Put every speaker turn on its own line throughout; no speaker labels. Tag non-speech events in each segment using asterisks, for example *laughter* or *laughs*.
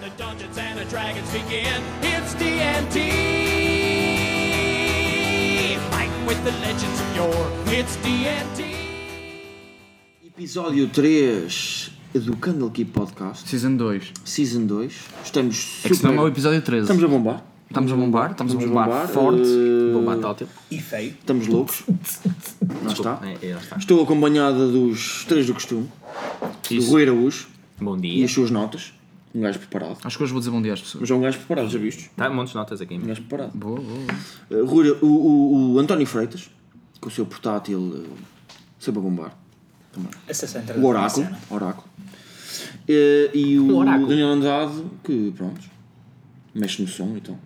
the Dungeons and the Dragons begin. It's D&D. Fighting with the legends of yore. It's D&D.
Episódio 3 do Candle Keep Podcast,
Season 2.
Season 2. Estamos
É que
super...
senão é o episódio 13.
Estamos a bombar.
Estamos a bombar, estamos a bombar,
bombar,
forte.
eh,
Bombar tátil.
Estamos loucos. Lá está.
É, é, lá está.
Estou acompanhada dos três do costume. Do
Isso.
Rui Araújo
Bom
e
dia.
as suas notas. Um gajo preparado.
Acho que hoje vou dizer bom dia às pessoas.
Mas é um gajo preparado, já viste?
Tá, montes de notas aqui.
Um gajo preparado.
Boa, boa.
Uh, Rui, o, o, o António Freitas, com o seu portátil uh, sempre a bombar. O Oráculo. oráculo. Uh, e
Um
o, Daniel Andrade, que pronto, mexe no som então.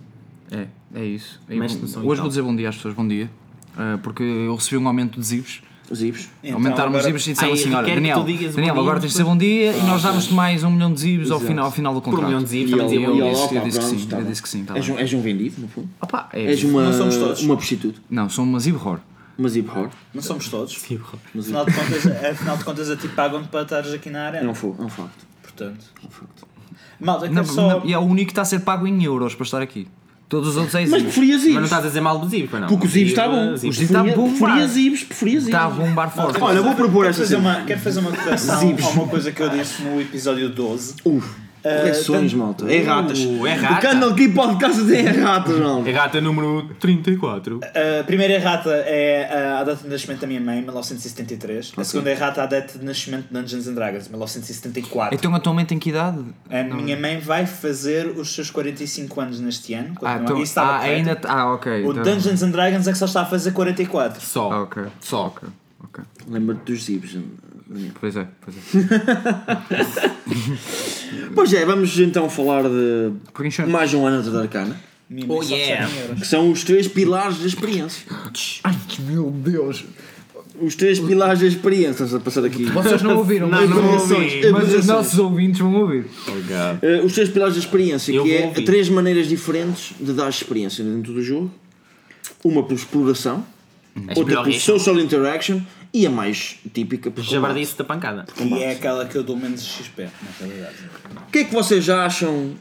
É, é isso. É
Mexe
bom-
no som e
hoje
tal.
vou dizer bom dia às pessoas, bom dia. Ah, porque eu recebi um aumento de zibs.
Os Ibs.
Aumentaram os
agora-
zibs e disseram
Ai,
assim: olha,
quero que
Daniel,
tu digas bom
Daniel
dia,
agora tens de dizer bom dia e nós damos-te mais um milhão de zibs ao final, ao final do contrato.
milhão de zibs,
Ah, E
também
ele-
dizia
e
bom
ele,
eu
dia.
disse- eu
opa,
disse que
pronto,
sim,
tá
eu
bem.
disse que sim, tá
És
bem.
um, és um vendido, no fundo.
Opa, é
És
isso.
uma,
Não somos todos.
uma prostituta,
Não, sou uma zib horror.
uma zip whore.
Não somos todos. Afinal de contas, afinal de contas a ti pagam para estares aqui na
É
arena.
um, fo- é um facto.
Portanto. Malta,
Não,
quero só.
não, e é o único que está a ser pago em euros para estar aqui. Todos os outros é
Mas
zibs.
preferias
Mas não
Ibs.
estás a dizer mal do Zibo, pois não?
Porque os Ibs está bom. Tá
Zibo.
Os Ibs tá
Preferia-
bom,
Preferias
pá.
Ibs, preferias Ibs.
Está a
é um
bombar forte.
Olha, vou propor
quero
esta
fazer,
cena.
uma, quero fazer uma correção
Zibs.
a uma coisa que eu disse no episódio 12.
Uf, correções,
tem-
malta. É ratas.
Uh, é
O
rata.
canal aqui podcast é *laughs* ratas, malta.
É gata número 34.
A primeira errata é ah, a data de nascimento da minha mãe, 1973. A segunda errata é a data de nascimento de Dungeons and Dragons, 1974.
Então atualmente tem que idade?
A minha mãe vai fazer os seus 45 anos neste ano.
Ah,
continua-
então-
isso estava
ah,
correto.
ainda. Ah, ok.
O
então-
Dungeons and Dragons é que só está a fazer 44.
Só.
Ah, ok.
É
Só. Ok. ok.
Lembra-te dos Ibs. Daniel.
Pois é, pois é.
Pois é, vamos então falar de
Quick and short.
mais um ano da Arcana,
Minha mãe
Oh,
só
yeah.
recebe em euros.
que são os três pilares da experiência.
Ai, que meu Deus.
Os três pilares da experiência, estás a passar aqui.
Vocês não ouviram,
Não,
mas,
não
Aberrações,
ouvi.
mas os
aberrações.
nossos ouvintes vão ouvir.
Obrigado.
Eh, os três pilares da experiência,
Eu
que
vou
é
ouvir.
três maneiras diferentes de dar experiência dentro do jogo. Uma por exploração, outra
Uhum. melhor
por
isso.
social interaction e a mais típica por combate.
Jabardice da pancada.
E é aquela que eu dou menos né? XP, na realidade.
O que é que vocês já acham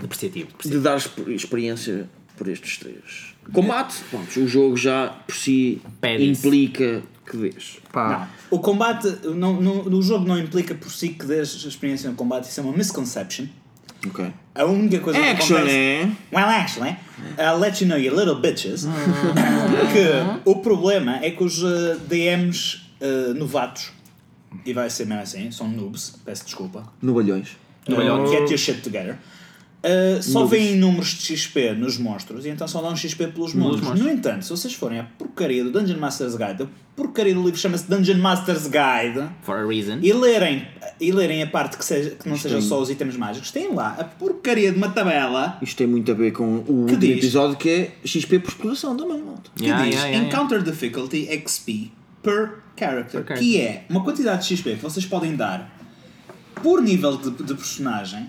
Depreciativo.
de dar exp- experiência por estes três? Combate, pronto, o jogo já por si
Pede isso.
implica que vês.
Pá.
O combate, não, não, o jogo não implica por si que dês experiência no combate, isso é uma misconception.
Ok.
A única coisa que
Action,
acontece...
é?
Well, actually, I'll let you know you little bitches que o problema é que os eh, DMs eh, novatos, e vai ser mesmo assim, são noobs, peço desculpa,
No Balhões.
Uh, get your shit together. Uh, só vêm números de XP nos monstros e então só dá um XP pelos monstros. No entanto, se vocês forem à porcaria do Dungeon Master's Guide, a porcaria do livro chama-se Dungeon Master's Guide,
For a reason.
e lerem, e lerem a parte que, seja, que não
é
seja só os itens mágicos, tem lá a porcaria de uma tabela
Isto tem muito a ver com o último
diz?
episódio que é XP por exploração também, malta.
que
Yeah,
diz
yeah,
"Então
yeah,
Encounter Difficulty XP per character,
Per character.
que é uma quantidade de XP que vocês podem dar por nível de, de personagem.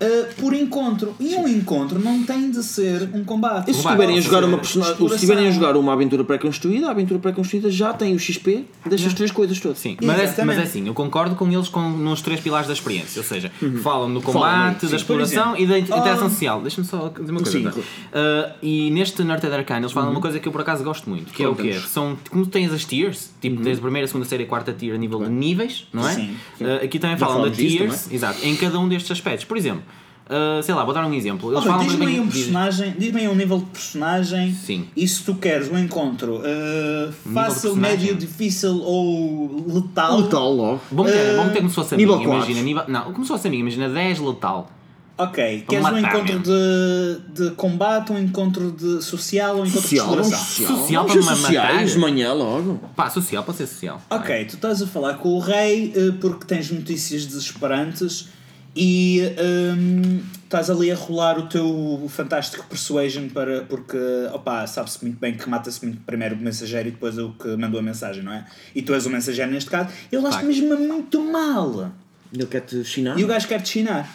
uh, por encontro. E um encontro não tem de ser um combate.
E se
Vai,
estiverem a
vamos
jogar
fazer
uma personagem, ou se estiverem a jogar uma aventura pré-construída, a aventura pré-construída já tem o XP destas três coisas todas.
Sim, mas é,
Exatamente.
mas é assim, eu concordo com eles com, nos três pilares da experiência, ou seja, falam do combate, da exploração e da inter- interação social. Deixa-me só dizer uma coisa.
Sim.
tá? Ah, e neste Norte da Arcana eles falam uma coisa que eu por acaso gosto muito, que é o quê?
Conta-nos.
São, como tu tens as tiers, tipo tens a primeira, a segunda, a terceira e a quarta tier a nível de níveis, não é?
Sim.
Ah, aqui também falam da
falámos disso
tiers, exato, em cada um destes aspectos. Por exemplo, ah, sei lá, vou dar um exemplo. Eles
Ó, bem,
falam
Diz-me aí um
diz-
personagem, diz-me aí um nível de personagem
Sim.
e se tu queres um encontro uh, fácil,
personagem?
médio, difícil ou letal.
Letal logo.
Bom que era, bom que era como se fosse a
nível
minha, imagina,
quatro.
nível, não, como se fosse a minha, imagina 10 letal.
Ok, queres um
matar né?
encontro
mesmo.
de, de combate, um encontro de social, um encontro
Social,
de
vamos
exploração?
social.
Social
Vamos
para
ser sociais
matar.
de manhã logo.
Pá, social, pode ser social.
Ok, tu estás a falar com o rei eh, porque tens notícias desesperantes e ehm, estás ali a rolar o teu fantástico persuasion para porque opa, sabe-se muito bem que mata-se muito primeiro o mensageiro e depois o que mandou a mensagem, não é? E tu és o mensageiro neste caso, ele acha É mesmo muito mal.
Ele quer te chinar.
E o gajo quer te
*laughs*
chinar.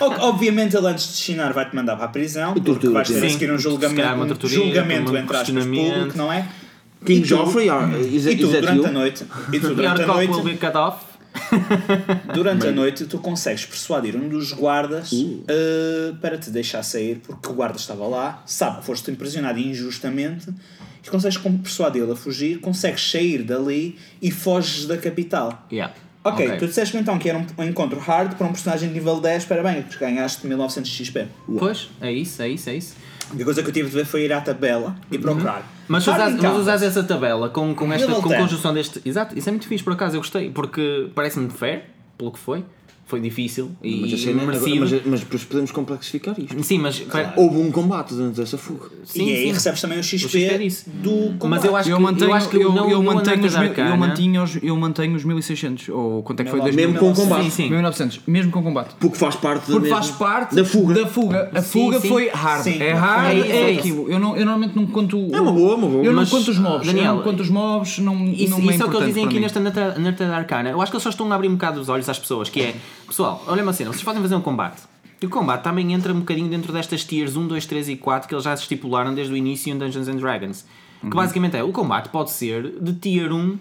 O- Obviamente ele antes de chinar vai-te mandar para a prisão porque
tortura,
vais ter a
sim.
seguir um
Se calhar uma
julgamento, um
tortura,
julgamento
uma- um
entre aspas
questionamento.
público, não é?
King
E tu-
Joffrey, ah, is,
e
is
tu
that
durante
you?
a noite, e tu
*laughs* Your
durante a
cock
noite
will be cut off.
Durante a noite, tu consegues persuadir um dos guardas
Uh.
eh, para te deixar sair, porque o guarda estava lá, sabe que foste imprisionado injustamente, e consegues com- persuadi-lo a fugir, consegues sair dali e foges da capital.
Yeah.
Ok, tu disseste então que era um, um encontro hard para um personagem de nível 10, parabéns, ganhaste 1900 XP.
Pois, é isso, é isso, é isso.
A coisa que eu tive de ver foi ir à tabela
Uhum.
e procurar.
Mas
Hard
usas,
então.
mas
Encounters.
usas essa tabela com, com esta
Level
com
10.
conjunção deste. Exato, isso é muito fixe por acaso, eu gostei, porque parece-me fair, pelo que foi. Foi difícil
Mas,
e
a
merecido.
cena- é mas, mas depois podemos complexificar isto.
Sim, mas.
Houve um combate durante essa fuga.
Sim,
e aí
sim.
recebes também o XP,
O XP é isso.
do combate.
Mas eu acho
Eu
que
mantenho,
eu acho que
eu,
não,
eu
não
mantenho os,
Anarcas
mil- eu,
Arcana-
mantinha os, eu mantenho os 1600, ou quanto é que foi?
Mesmo
2000?
Mesmo com o combate.
Sim, sim.
1900, mesmo com combate.
Porque faz parte da
Porque
mesma-
faz parte
da fuga.
fuga. A
Sim,
fuga
sim.
foi hard.
Sim.
é hard,
É isso,
é,
é isso.
aquilo. Eu, não, eu normalmente não conto.
É uma boa, uma boa.
Eu
Mas,
não conto os mobs.
Daniel,
eu não conto os mobs, não,
Isso,
não é
isso é o que
importante
eles dizem
para
aqui
mim.
nesta Nata Nata da Arcana. Eu acho que eles só estão a abrir um bocado os olhos às pessoas, que é, pessoal, olha uma cena, vocês podem fazer um combate. E o combate também entra um bocadinho dentro destas tiers 1, 2, 3 e 4 que eles já se estipularam desde o início em Dungeons and Dragons.
Uhum.
Que basicamente é, o combate pode ser de tier 1,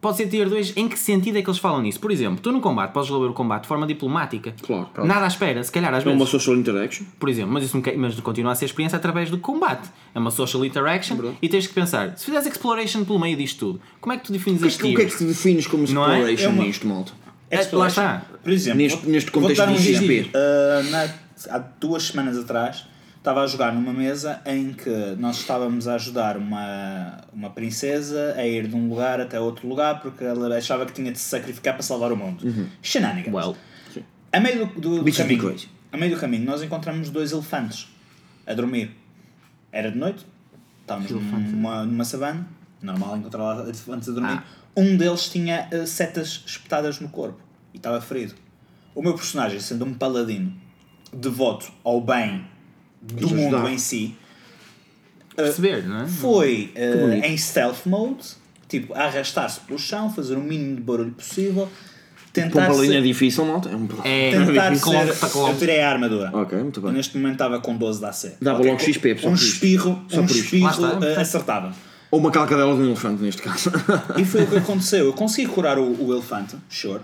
pode ser tier 2, em que sentido é que eles falam nisso? Por exemplo, tu no combate podes resolver o combate de forma diplomática.
Claro.
Nada à espera, se calhar às
É uma
vezes
social interaction.
por exemplo, mas isso não quer- mas continua a ser experiência através do combate. É uma social interaction e tens que pensar, se fizeres exploration pelo meio disto tudo, como é que tu defines as
Mas tu, o que é que
tiers?
tu defines como
Não é?
exploration
É uma-
nisto, malta?
Exploration.
lá está.
Por exemplo,
Neste-
vou-
neste
vou-te
contexto
dar um
de XP.
exemplo. Ah, na- há duas semanas atrás estava a jogar numa mesa em que nós estávamos a ajudar uma, uma princesa a ir de um lugar até outro lugar porque ela achava que tinha de se sacrificar para salvar o mundo.
Uhum.
Shenanigans.
Well,
A meio do, do, do
Bichos de
caminho,
coisa.
a meio do caminho, nós encontramos dois elefantes a dormir. Era de noite, estávamos numa, numa savana, normal encontrar lá elefantes a
Ah.
dormir. Um deles tinha eh, setas espetadas no corpo e estava ferido. O meu personagem, sendo um paladino devoto ao bem do
Quis
mundo
ajudar.
em si,
perceber, não é?
foi
Hum.
eh, em stealth mode, tipo, a arrastar-se pelo chão, fazer o mínimo de barulho possível,
Para
tentar.
uma linha
ser-
difícil, malta. É um
É,
*laughs*
tentar ser.
clonk, tá
Eu
clonk.
tirei a armadura.
Ok, muito
Eu
bem.
neste momento estava com 12 da AC.
Dava
Ok,
logo XP, só
Um
por isto.
espirro,
Só
um
por isto.
espirro
Lá está.
eh, acertava.
Ou uma calcadela de um elefante, neste caso. *laughs*
E foi o que aconteceu. Eu consegui curar o, o elefante, sure.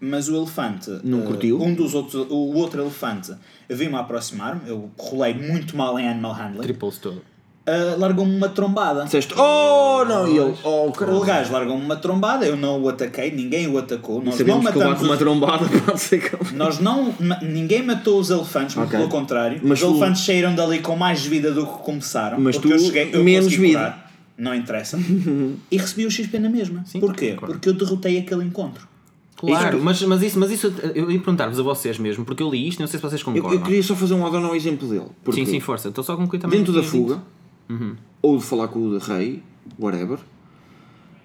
Mas o elefante.
Não
eh,
curtiu?
Um dos outros, o outro elefante veio-me aproximar-me. Eu rolei muito mal em Animal Handling.
Triples todo.
Eh, largou-me uma trombada.
Disseste, oh não, e ele, oh
O
caralho.
gajo largou-me uma trombada. Eu não o ataquei, ninguém o atacou. Nós não
Sabemos que ele
matamos
bate uma
os-
trombada, *laughs* pode ser que ele-
Nós não. ma- Ninguém matou os elefantes, muito
Ok.
pelo contrário.
Mas
os
tu-
elefantes saíram dali com mais vida do que começaram.
Mas
porque
tu,
eu cheguei, eu
menos
consegui
vida.
curar.
*laughs*
Não interessa. e recebi o XP na mesma. Porquê?
claro.
Porque eu derrotei aquele encontro.
Claro, mas, mas isso, mas isso eu- eu ia perguntar-vos a vocês mesmo, porque eu li isto, não sei se vocês
Eu,
concordam.
eu queria só fazer um add-on ao exemplo dele. Porque
Sim, sim, força. Estou só a concluir também.
dentro
o que
da
tinhas
fuga,
Uhum.
ou de falar com o rei, whatever,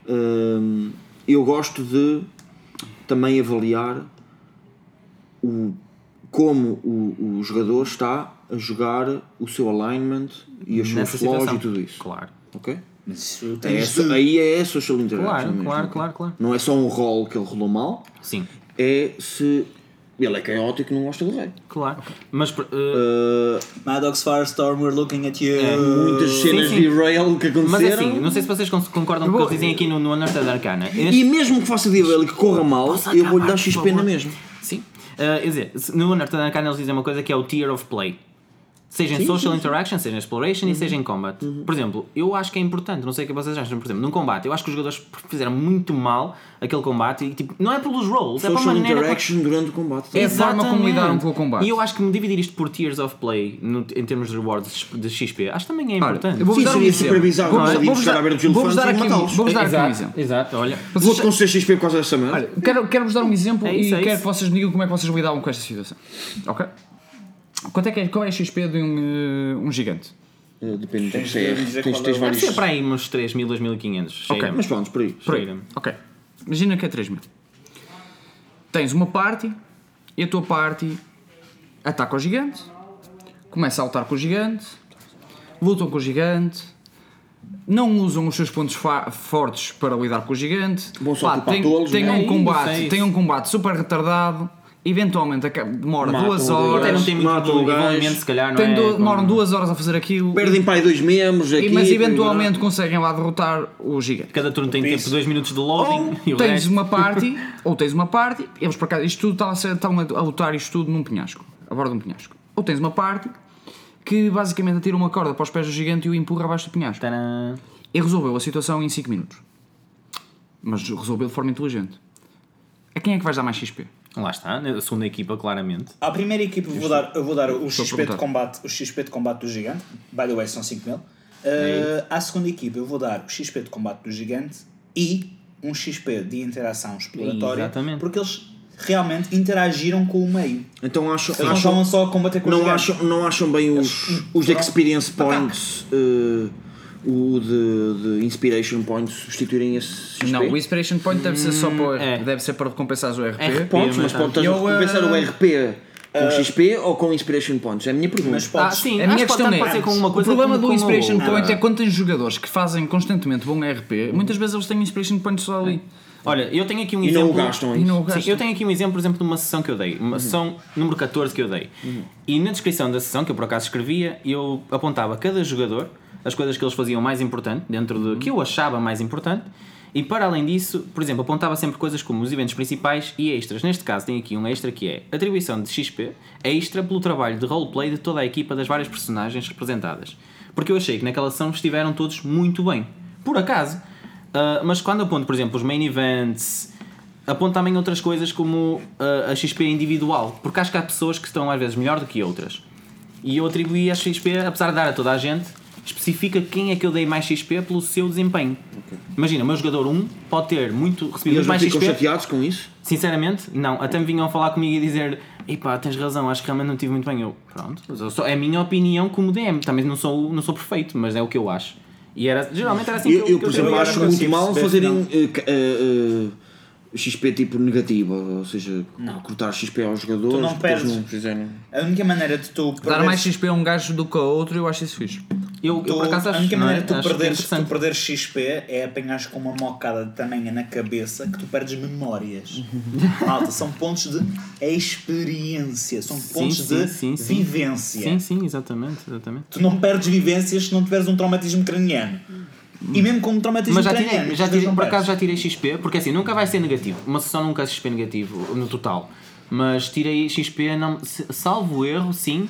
hum, eu gosto de também avaliar o, como o, o jogador está a jogar o seu alignment e os
dito.
seus
Nessa
flaws
situação.
e tudo isso.
Claro.
Ok?
Mas isso
É
tens
so- aí é social interaction.
Claro,
mesmo,
claro,
ok?
claro, claro.
Não é só um rol que ele rolou mal,
Sim,
é se ele é caótico e não gosta do rei.
claro. Mas por- eh,
Maddox Firestorm, we're looking at you.
Muitas cenas
Uh, sim.
de rail que
mas é
aconteceram.
assim, não sei se vocês con- concordam com o que eles dizem aqui no, no Anarcas Arcana. Este-
E mesmo que faça de ele que corra mal, eu vou-lhe dar
acabar, por
XP na
favor?
mesma.
Sim. Ah, quer dizer, se- no Norte da eles dizem uma coisa que é o tier of play. Seja em social interaction, seja em exploration
Uhum.
e seja em combat. Por exemplo, eu acho que é importante, não sei o que vocês acham, por exemplo, num combate, eu acho que os jogadores fizeram muito mal aquele combate e tipo, não é pelos rolls, é pela
Social
maneira.
interaction durante o um combate.
É
forma como lidaram com o combate.
E eu acho que me dividir isto por tiers of play no- em termos de rewards de XP, acho que também é
Olha,
importante.
eu vou
Sim,
dar um
seria
exemplo.
supervisado,
Vou-
não é? De
vou-vos
buscar
dar-
à beira dos elefantes
Vou-vos dar
e
aqui um-
matá-los.
vou-vos dar aqui um
Exato,
exemplo.
exato, olha.
Vou-te conceder XP por causa dessa merda.
Quero- Quero-vos dar um exemplo
É
e
isso, é
quero
isso.
que vocês me digam como é que vocês lidavam com esta situação. Ok? Quanto é que é, qual é a XP de um, eh, um gigante?
Eh, Depende do que
de
é.
dizer
Tens, tens
qual é o-
Deve
vários.
ser para aí uns 3.000, 2.500.
Ok,
cheira-me.
Mas pronto, por aí.
Por aí.
Ok. Imagina que é 3 mil. Tens uma party e a tua party ataca o gigante, começa a lutar com o gigante, lutam com o gigante, não usam os seus pontos fa- fortes para lidar com o gigante,
Vão só
Pá,
culpar
tem,
todos,
tem
não é?
um
É isso,
combate,
é isso.
tem um combate super retardado eventualmente aca- demora
Matam
duas
o gajo.
Até
horas.
não tem muito
Mata o gajo.
envolvimento, se calhar, não
um tem
é?
du-
Com-
Demoram duas horas a fazer aquilo.
Perdem para aí dois membros
e-
aqui.
mas
depois- né?
eventualmente conseguem lá derrotar o gigante.
Cada turno tem tempo
Isso.
2 minutos de loading
Ou
e o
tens
resto.
uma *laughs* party, ou tens uma party, eles por acaso, isto tudo está a ser, estão a lutar isto tudo num penhasco, a bordo de um penhasco. Ou tens uma party que basicamente atira uma corda para os pés do gigante e o empurra abaixo do penhasco.
Tadã.
E resolveu a situação em 5 minutos. Mas resolveu de forma inteligente. A quem é que vais dar mais XP?
Lá está, né? a segunda equipa, claramente.
À primeira equipa vou dar, eu vou dar o
Estou a
XP, de
perguntar.
combate, o XP de combate do gigante. By the way, são 5 mil. Uh, à segunda equipa eu vou dar o XP de combate do gigante e um XP de interação exploratória.
Exatamente.
Porque eles realmente interagiram com o meio.
Então acham,
Eles não
acham-
estavam só a combater com o
não,
gigante.
acham, não acham bem os, os de experience points, eh, o de, de inspiration points, substituírem esse XP?
Não, o Inspiration Point deve ser só para, o
é.
deve ser para recompensar o RP.
RP.
Pontos, mas
Eu,
pode
eu,
compensar o
eh,
RP com XP ou com inspiration points? É a minha pergunta.
eh, Mas
Ah,
podes,
sim,
A minha
acho que pode
questão
tanto
é,
pode ser com uma coisa
o problema
como
do
com
Inspiration
outra.
Point é quando tens jogadores que fazem constantemente bom RP, muitas vezes eles têm Inspiration Point só ali.
Olha, eu tenho aqui um
e não
exemplo.
o gastam
E
isso.
não o
Sim,
gastam.
eu tenho aqui um exemplo, por exemplo, de uma sessão que eu dei, uma sessão número 14 que eu dei. E na descrição da sessão, que eu por acaso escrevia, eu apontava a cada jogador as coisas que eles faziam mais importante, dentro do que eu achava mais importante, e para além disso, por exemplo, apontava sempre coisas como os eventos principais e extras. Neste caso, tem aqui um extra que é atribuição de XP, extra pelo trabalho de roleplay de toda a equipa das várias personagens representadas. Porque eu achei que naquela sessão estiveram todos muito bem. Por acaso. Ah, mas quando aponto, por exemplo, os main events, aponto também outras coisas como uh, a XP individual, porque acho que há pessoas que estão às vezes melhor do que outras. E eu atribuí a XP, apesar de dar a toda a gente, especifica quem é que eu dei mais XP pelo seu desempenho. Imagina, o meu jogador 1 pode ter muito
E
recebido
eles não
mais
ficam
XP.
chateados com isso?
Sinceramente, não. Até me vinham falar comigo e dizer: Epá, tens razão, acho que realmente não tive muito bem. Eu, pronto, mas eu só- é a minha opinião como DM. Também não sou, não sou perfeito, mas é o que eu acho. E era, geralmente era assim
Eu,
que eu,
eu,
que
por exemplo,
eu
acho
não
muito
consigo
mal
perceber,
fazerem
não.
eh, ca- eh, eh, XP tipo negativo, ou seja, cortar XP aos jogadores.
não
porque eles
perdes.
não fizeram.
a única maneira de tu
Dar mais
perderes,
XP a um gajo do que a outro, eu acho isso fixe.
eu, eu,
tu-
por acaso
a
acho,
única
não é?
maneira de tu
Acho que é
perderes, tu
interessante.
perderes XP é apanhares com uma mocada de tamanha na cabeça que tu perdes memórias.
Uhum.
Malta, são pontos de experiência, são pontos
sim,
de
sim, sim.
vivência.
Sim, sim, exatamente, exatamente.
Tu não perdes vivências se não tiveres um traumatismo craniano. E mesmo com um traumatismo
Mas já
craniano, um
tirei,
tu
já tirei,
não
por acaso
perdes.
já tirei XP, porque assim, nunca vai ser negativo. Uma sessão nunca é XP negativo, no total. Mas tirei XP, não, se- salvo erro, sim,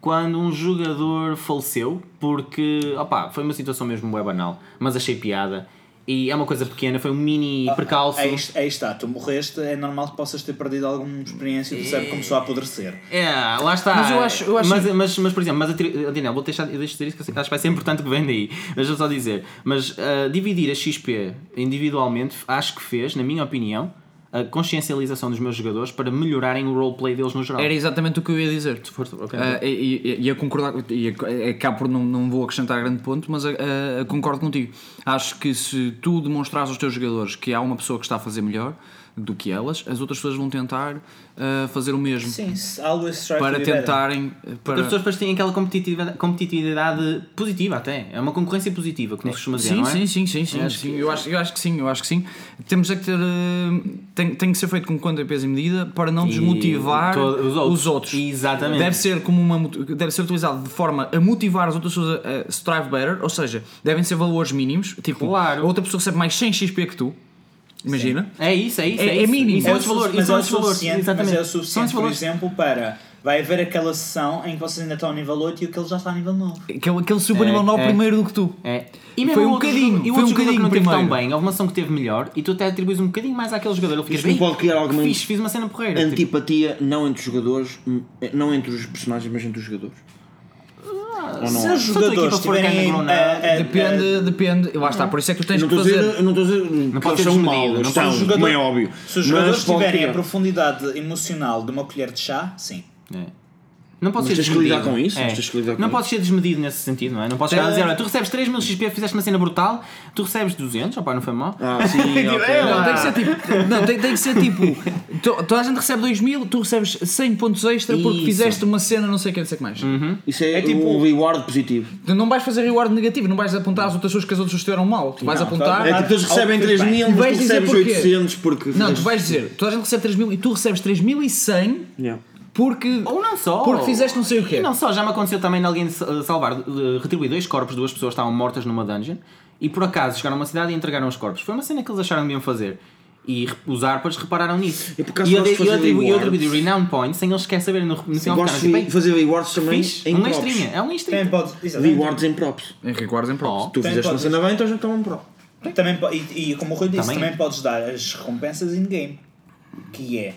quando um jogador faleceu, porque, opá, foi uma situação mesmo bem banal, mas achei piada. E é uma coisa pequena, foi um mini precalço.
Aí, est- aí está, tu morreste, é normal que possas ter perdido alguma experiência e tu sabes começou a apodrecer.
É, lá está.
Mas eu acho- eu acho-
Mas, mas, mas, por exemplo, mas a tri- Daniel, vou deixar, eu deixo de dizer isso que eu sei que acho que vai ser importante que venha daí. Mas vou só dizer. Mas ah, dividir a XP individualmente acho que fez, na minha opinião, a consciencialização dos meus jogadores para melhorarem o roleplay deles no geral.
Era exatamente o que eu ia dizer.
ok.
Ah, e- e, e- e a concordar, e a, é cá por não, não vou acrescentar grande ponto, mas ah, ah, concordo contigo. Acho que se tu demonstrares aos teus jogadores que há uma pessoa que está a fazer melhor do que elas, as outras pessoas vão tentar ah, fazer o mesmo
Sim, always try
para
to be better.
tentarem. ah,
Porque
Para...
As pessoas depois têm aquela competitividade, competitividade positiva até. É uma concorrência positiva, como se costuma dizer,
Sim,
não é?
sim, sim, sim, sim, sim. Eu, acho, eu acho que sim, eu acho que sim. Temos é que ter. eh, Tem, tem que ser feito com conta, peso e medida para não
E
desmotivar
to-
os
os
outros.
outros. Exatamente.
Deve ser, como uma, mot- deve ser utilizado de forma a motivar as outras pessoas a, a strive better, ou seja, devem ser valores mínimos. Tipo,
Claro.
a outra pessoa recebe mais 100 XP que tu. Imagina.
É isso, é isso.
É- é
isso.
mínimo.
Isso
É
é
o
outro valor.
suficiente- mas
Isso é
é o
outros valores.
suficiente, mas é o
São
suficiente,
outros
por
valores.
exemplo, para. Vai haver aquela sessão em que vocês ainda estão no nível 8 e aquele já está no nível 9.
Que ele, que ele suba nível 9
é.
primeiro do que tu.
É.
E mesmo o outro jogador-
e
foi
o
um
outro jogador que
bocadinho
não teve tão
primeiro.
bem, houve uma ação que teve melhor e tu até atribuis um bocadinho mais àquele jogador. Ele
Isto
fica
não pode criar alguma
Fiz, fiz uma cena porreira. Tipo,
Antipatia não entre os jogadores, hum, não entre os personagens, mas entre os jogadores. Ou não
Ah, Se
há?
os
Se a tua
jogadores
equipa for
tiverem.
ganha, não, não.
a- a-
Depende, depende. Lá está, por isso é que tu tens
Eu não
que
estou a
fazer.
dizer, eu não estou a dizer não que
pode
eles
ser
um
são
desmedido,
maus,
não
eles
pode
são,
ser
jogador-
como é óbvio.
Se os
Mas
jogadores
pode
tiverem é a
criar.
profundidade emocional de uma colher de chá, sim.
é. Não pode
Mas
ser
tens que lidar
desmedido.
com isso,
É.
mas tens que lidar com
Não
isso.
podes ser desmedido nesse sentido, não é? Não podes chegar a dizer, olha, tu recebes 3 mil XP, fizeste uma cena brutal, tu recebes 200, opá, não foi mal. Tipo, é,
Ah,
*laughs*
sim, ok.
Não, tem
Ah.
que ser tipo. Não, tem, tem que ser tipo. *laughs* to- Toda a gente recebe 2 mil, tu recebes 100 pontos extra porque
Isso. Uhum.
fizeste uma cena, não sei o que, não sei o que mais.
Isso é,
É tipo-
um reward positivo.
Tu não vais fazer reward negativo, não vais apontar às outras pessoas que as outras pessoas estiveram mal. Tu vais
Não,
Tá apontar.
claro.
É tipo, eles
ah,
recebem
ok,
3
bem.
mil,
E
mas
vais
tu
dizer
recebes
porquê?
800 porque.
Não, tu
fizeste-
vais dizer, toda a gente recebe 3 mil e tu recebes 3100
Yeah.
porque.
Ou não só.
Porque fizeste Oh. não sei o quê.
E não só, já me aconteceu também de alguém eh, salvar, eh, retribuir dois corpos, de duas pessoas que estavam mortas numa dungeon e por acaso chegaram a uma cidade e entregaram os corpos. Foi uma cena que eles acharam que iam fazer. E re- os arpas repararam nisso.
Eu, por acaso,
E eu,
gosto de
dei- eu
fazer
atribu- eu
rewards.
atribuí renown points sem eles sequer saberem no, no final.
Gosto
ficaram tipo,
de fazer rewards
"Ei,
também
fixe,
em
um
props.
extrinha, é um extrinha.
Também pode, exatamente.
Rewards em props.
Em recordes em props.
Oh.
Tu
Tem
fizeste uma
props.
cena bem, então a gente toma um prop.
Também, po- e, e como o Rui disse,
Também
também,
é.
podes dar as recompensas in-game, que é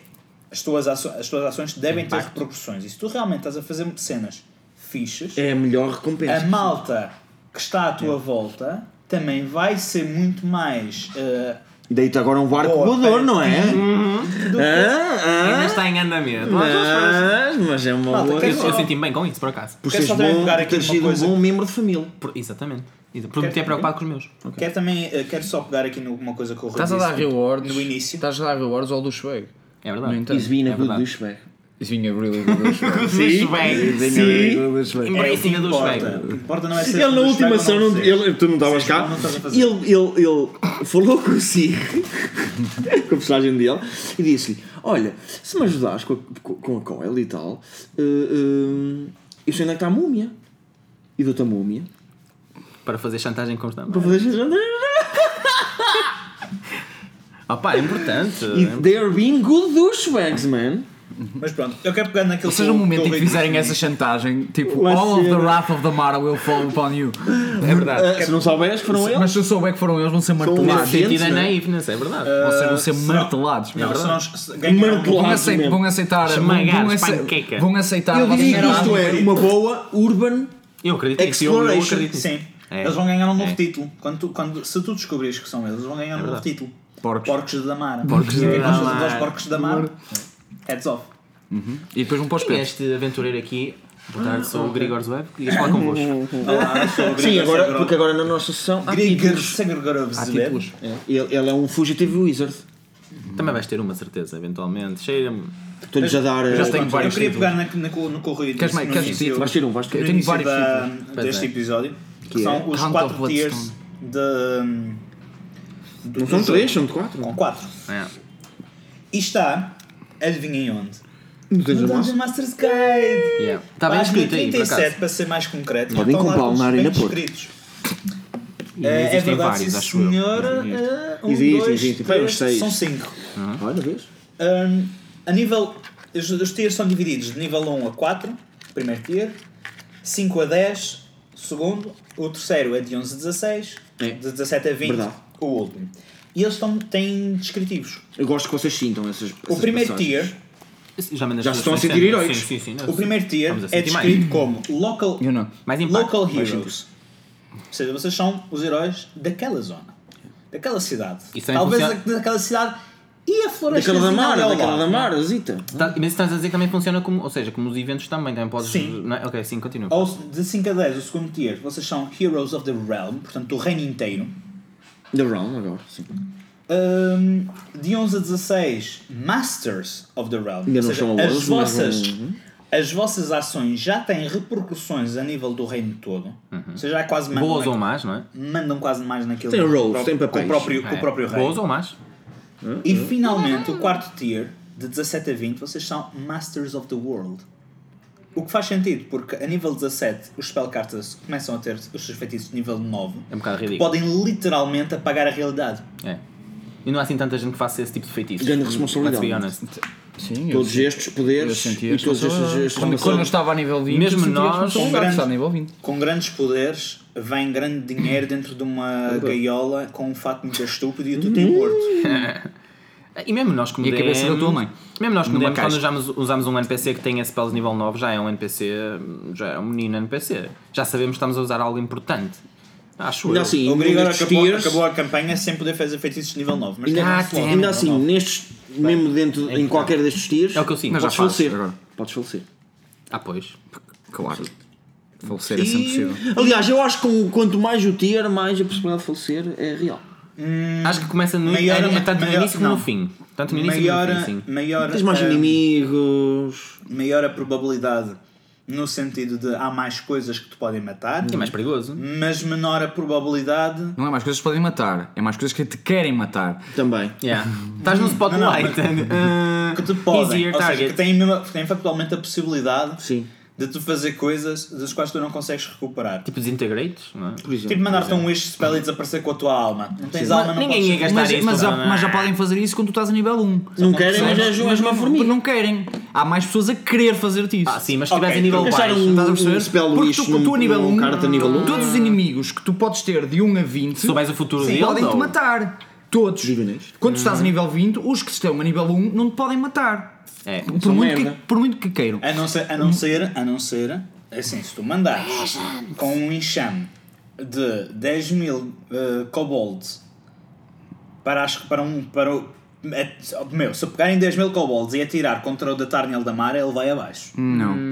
as tuas, aço- as tuas ações devem ter
Impacto.
repercussões. E se tu realmente estás a fazer cenas fixas,
É a melhor
a
recompensa.
malta que está à tua volta também vai ser muito mais eh,
Deita agora um barco
Boa,
voador,
pera.
não é?
do que-
Ah,
Ainda
ah,
está em andamento.
mas, mas é uma
Malta,
boa.
quer
Eu, eu
só-
senti-me bem com isso, por acaso.
Por
quero
seres
só também
bom,
pegar
por
aqui
teres
uma
sido um
coisa.
bom membro de família.
Por- exatamente. Por me ter preocupado com os meus.
Quero também, eh, quero só pegar aqui numa coisa que o Rui
Estás a
disse
dar rewards.
no início.
Estás a dar rewards ao do Schweig.
É
No
verdade.
entanto.
Isso vinha
é
na good
verdade.
douchebag.
Isso vinha really do douchebag.
Sim, bem.
Sim.
Embracing a
É o que importa.
douchebag.
O que importa não é ser
Ele na última
douchebag ou
ação, não-
ser.
ele- tu não estavas
Seja,
cá,
não estás a fazer.
ele, ele, ele falou consigo, *laughs* com a personagem dele, e disse-lhe: Olha, se me ajudares com a, com- com a Coel e tal, eh, eh, eu sei onde é que está a múmia. E dou-te a múmia.
Para fazer chantagem constante.
Para fazer
Opa, é importante. *laughs*
E they are being good douchebags, man.
Mas pronto, eu quero pegar naquilo
Ou seja,
que
no
o-
momento
que o
em que
Rui disse
fizerem
no
essa chantagem, tipo,
Vai
all of the
ser.
wrath of the Mara will fall upon you.
É verdade.
Eh, se não souberes, foram eles.
Mas se eu souber que foram eles, vão ser martelados.
inocentes.
Sentido é
né?
naiveness, é verdade.
Uh,
Vocês vão ser
se
martelados,
Não,
é
se
verdade.
nós se um ganharmos-
Martelados.
Vão, acei-
mesmo.
vão aceitar. Vão,
Esmagar,
vão, ace-
panqueca.
vão aceitar.
Eu diria que
vocês-
isto é uma boa urban.
Eu acredito nisso, eu, eu
Exploration,
acredito nisso.
Sim.
É.
Eles vão ganhar um novo
É.
título. Quando tu- quando- se tu descobrires que são eles, eles vão ganhar um novo
verdade.
título.
É Porcos.
Porcos da Mara.
Porcos
E o que é que
da
nós fazemos
Mara.
aos porcos da Mara? Heads off.
E depois vão para os
Quem é
pés.
este aventureiro aqui? Boa tarde, sou o Grigor Web e queria falar convosco.
Olá, sou o
Sim,
Grigor
agora,
Seguro-
porque agora na nossa sessão. há
Grigor
títulos.
Segurogorov
Há
Zebed.
títulos.
É, Ele, ele é um fugitive wizard.
Também vais ter uma certeza, eventualmente. Cheira-me.
Estou-lhes a dar. eh,
já tenho
Pronto,
vários
Eu queria
títulos.
pegar na, na, no, no que o Rui
Queres
disse
mais-
no
queres
início-
títulos?
Vais ter um, vais ter
no
Eu tenho
início
vários
da-
Pois é.
deste episódio, que,
é
são os
Count of
quatro
Bloodstone.
tiers de.
Não são três, são de quatro.
Com quatro.
É.
E está, adivinhem onde?
Não tens
No
a
Dungeon Master's Guide!
Yeah. Está Tá bem
Página
escrito aí, por acaso.
37, para ser mais concreto.
Podem
estão lá
comprá-lo
todos
na
bem
Arena Porto.
descritos.
E
É, é
existem
verdade,
vários,
sim,
acho eu.
senhora. Ah, um,
Existe,
dois,
existe. Vai,
três,
uns seis.
são cinco.
Olha, vês?
Ahm, a nível. Os, os tiers são divididos de nível 1 a 4, primeiro tier, 5 a 10, segundo, o terceiro é de 11 a 16,
É.
de 17 a 20,
Verdade.
o último. E eles estão, têm descritivos.
Eu gosto que vocês sintam essas.
O primeiro tier,
Já, me
Já
nas
se estão a
suas
sentir
cenas.
heróicos.
Sim, sim, sim.
o primeiro tier
Estamos a
é
sentir mais.
descrito como local,
Eu não.
Mais impacto.
local
Mais
heroes. Ou seja, vocês são os heróis daquela zona, daquela cidade.
Isso também
Talvez
funciona-
da- daquela cidade e a floresta
Daquela da
final é
Mara,
ao
daquela
lado.
da Mara, Zita.
Tá- mas estás a dizer que também funciona como. Ou seja, como os eventos também. Também podes.
Sim.
não é? Ok, sim, continua.
Ao- de 5 a 10, o segundo tier, vocês são Heroes of the Realm, portanto do reino inteiro.
Da Round, agora, sim.
Ahm, Hum, de 11 a 16, Masters of the Realm.
Ainda
Ou
não
seja,
são
as,
awards, mas, é?
vossas, as vossas ações já têm repercussões a nível do reino todo. Ou seja, já quase mandam,
Boas
na-
ou más, não é?
mandam quase mais naquilo
Tem
que o
roles,
pró-
tem
que o
papéis.
próprio, que o
É.
próprio reino.
Boas ou más.
E finalmente, o quarto tier, de 17 a 20, vocês são Masters of the World. O que faz sentido, porque a nível 17 os spellcartas começam a ter os seus feitiços de nível 9.
É um bocado
que
ridículo.
podem literalmente apagar a realidade.
É. E não há assim tanta gente que faça esse tipo de feitiço.
Grande responsabilidade.
Let's be honest.
Sim, eu
Todos
sei.
estes poderes
Eu senti
e
esta
todas estas
saudade.
estas-
Quando- Quando eu estava a nível 20,
Mesmo
eu senti
nós,
esta saudade,
grandes-
estava a nível 20.
Com grandes poderes, vem grande dinheiro dentro de uma
Uhum.
gaiola com um fato muito estúpido e tu tem morto.
Ah, E mesmo nós como
E a cabeça
DM,
da tua mãe.
Mesmo nós como
Numa
DM, quando
caixa.
usamos, usamos um NPC que tem spells nível 9, já é um NPC, já é um menino NPC. Já sabemos que estamos a usar algo importante. Acho
Ainda
eu.
assim,
O Grigor
nestes
acabou,
tiers-
acabou a campanha sem poder fazer feitiços de nível 9. Mas
ainda,
tem um
assim,
slow
ainda
nível
assim,
9.
nestes, mesmo dentro, em qualquer destes tiers,
É o que eu sinto.
podes
Mas já faço,
falecer.
agora.
Podes falecer.
Ah, pois.
Claro. Falecer é sempre possível.
Aliás, eu acho que com- quanto mais o ter, mais a possibilidade de falecer é real.
Acho que começa no,
Maior-
é, é tanto no
maior-
início como no
não.
fim. Tanto no início
Maior,
como no fim, sim.
maior,
Tens mais
eh,
inimigos.
maior a probabilidade no sentido de há mais coisas que te podem matar,
É mais perigoso.
mas menor a probabilidade.
Não é mais coisas que podem matar, é mais coisas que te querem matar.
Também.
Yeah. Estás no spotlight.
*laughs*
Ah,
que te podem,
Easier
ou seja,
target.
que têm, mesmo- que têm factualmente a possibilidade
Sim.
de tu fazer coisas das quais tu não consegues recuperar. Tipo,
Tipo desintegretes, não é?
Por exemplo.
mandar-te um wish spell e desaparecer com a tua alma. Não tens alma, não
ninguém
podes-
ia gastar
Mas,
isso.
mas, já,
não é?
mas já podem fazer isso quando tu estás a nível 1.
Não querem, mas
Percebes?
és és uma
não-
formiga.
Não querem. Há mais pessoas a querer fazer-te isso.
Ah, sim, mas se
Ok,
estiveres a nível
tu-
Gastar
baixo.
um,
Estás a perceber?
um spell
Porque
wish
tu, tu a nível 1,
carta nível 1.
todos os inimigos que tu podes ter de 1 a 20
Se souberes o futuro Uhum. dele,
podem-te
não.
matar. Todos.
Juvenis.
Quando tu estás a nível 20, os que estão a nível 1 não te podem matar.
É.
Por
são
muito, que,
merda.
por muito que queiram.
A não ser, a não ser, a não ser, assim, se tu mandares com um enxame de 10 mil eh, kobolds para, acho que para um. Para o, é- meu, se pegarem 10 mil kobolds e atirar contra o da Tarniel da Mara, ele vai abaixo.
Hum. Não.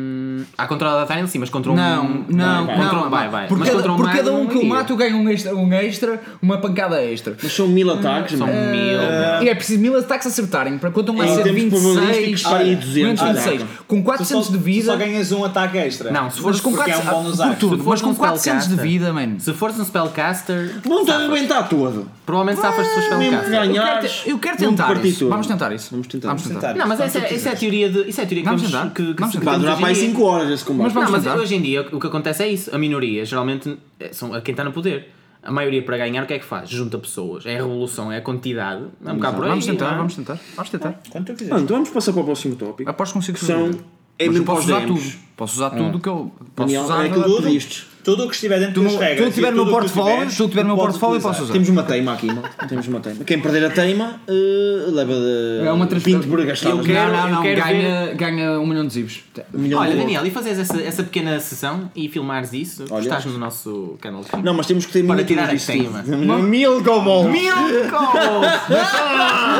Há contra o Datarin, sim, mas contra um.
Não, não,
vai,
não.
Contra um,
não.
vai, vai.
Por
mas
cada,
contra um
por
mago
cada um
não
que eu
iria.
mato, eu ganho um extra, um extra, uma pancada extra.
Mas são mil ataques,
São
mano.
mil.
E é preciso mil ataques acertarem. Para quanto um vai
Em
ser
termos
26,
probabilísticos, para aí 200
26.
atacam.
Com
Tu
400
só,
de
tu só
vida.
ganhas um ataque extra.
Não, se
Mas
fores
com
porque é
400
um bónus
por
axe.
tudo,
Se
mas
fores
com
um
400 de
spellcaster-
vida, mano.
Se fores um spellcaster,
Vão-te arrebentar todo.
provavelmente safas dos
Mesmo que
spellcaster.
ganhares.
Eu quero
vão-te
tentar
partir
isso.
todo.
Vamos tentar isso.
Vamos tentar.
Vamos
Vamos
tentar.
Não, mas essa, essa é a teoria de. Isso é a teoria que
Vamos
temos-
tentar.
que- que-
Vamos
que-
tentar.
Vai
que-
durar
que-
para aí 5 horas esse combate.
Mas vamos-
Não, mas
tentar.
hoje em dia o que acontece é isso. A minoria, geralmente, é- são a quem está no poder. A maioria para ganhar, o que é que faz? Junta pessoas. É a revolução, é a quantidade. É um bocado por aí.
Vamos tentar,
não é?
vamos tentar. Vamos tentar.
Quanto é tu
Pronto,
quiseres.
vamos passar para o próximo tópico.
Aposto que consigo
Que são.
sobreviver.
É
Mas
mesmo
eu
para
posso
os
usar
DMs.
tudo. Posso usar tudo que eu. Posso
Daniel,
usar.
é aquilo que pediste.
Tudo o que estiver dentro das
Tudo-
regras.
tudo que tiver
e
no
tudo o que tu
portfólio,
tiveres,
tudo que tiver no
tu podes
portfólio, posso
utilizar.
usar.
Temos uma teima aqui, mal. Temos uma teima. Quem perder a teima eh, leva de.
É uma
pinto por gastar.
Eu quero-
Não, não, não.
quero
Ganha, ganha um milhão de zibos.
Um milhão
Olha,
de
Daniel, e fazes essa, essa pequena sessão e filmares isso?
Olha.
Estás no nosso canal de
Não, mas temos que ter
Para
mil
tirar a
disto
teima.
tudo. Mil gobolos.
Mil Cobold!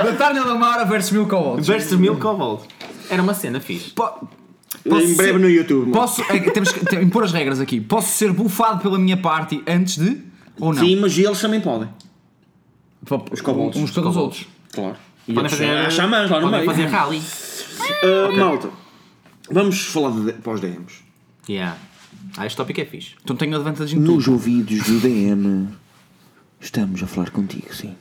Da Tarnia da Mara versus mil cobolds.
Versus Mil Cobold. Era uma cena fixe.
Po- posso
Em breve
ser-
no YouTube. mano.
Posso. é que temos que te- impor as regras aqui. Posso ser bufado pela minha parte antes de. Ou não?
Sim, mas eles também podem.
Os
kobolds.
Uns pelos outros.
Claro. E
Podem
eles- há
fazer,
xamãs lá no
podem
meio.
fazer rally.
Ah, Malta, vamos falar de, para os DMs.
Yeah. Ah, este tópico é fixe.
Então tenho a vantagem de tudo.
Nos ouvidos do DM, estamos a falar contigo, sim.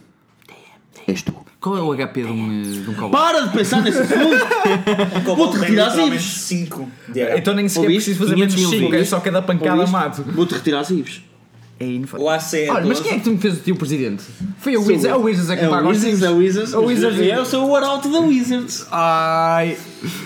És tu.
Qual é o HP de um, eh, de um kobold?
Para de pensar nesse assunto!
Um kobold tem
retirar
literalmente
zibos.
cinco de HP.
Então nem sequer
Ouviste?
preciso fazer
500
menos
mil
5, é
views.
só cada pancada mato.
Vou-te retirar as IVs.
É infa.
O AC é
Olha, mas
12.
quem é que tu me fez o teu presidente? Foi o Wizards, é o Wizards é que
É o
paga os
Wizards, é o Wizards. é,
O Wizards.
Eu sou o arauto da Wizards.
Ai.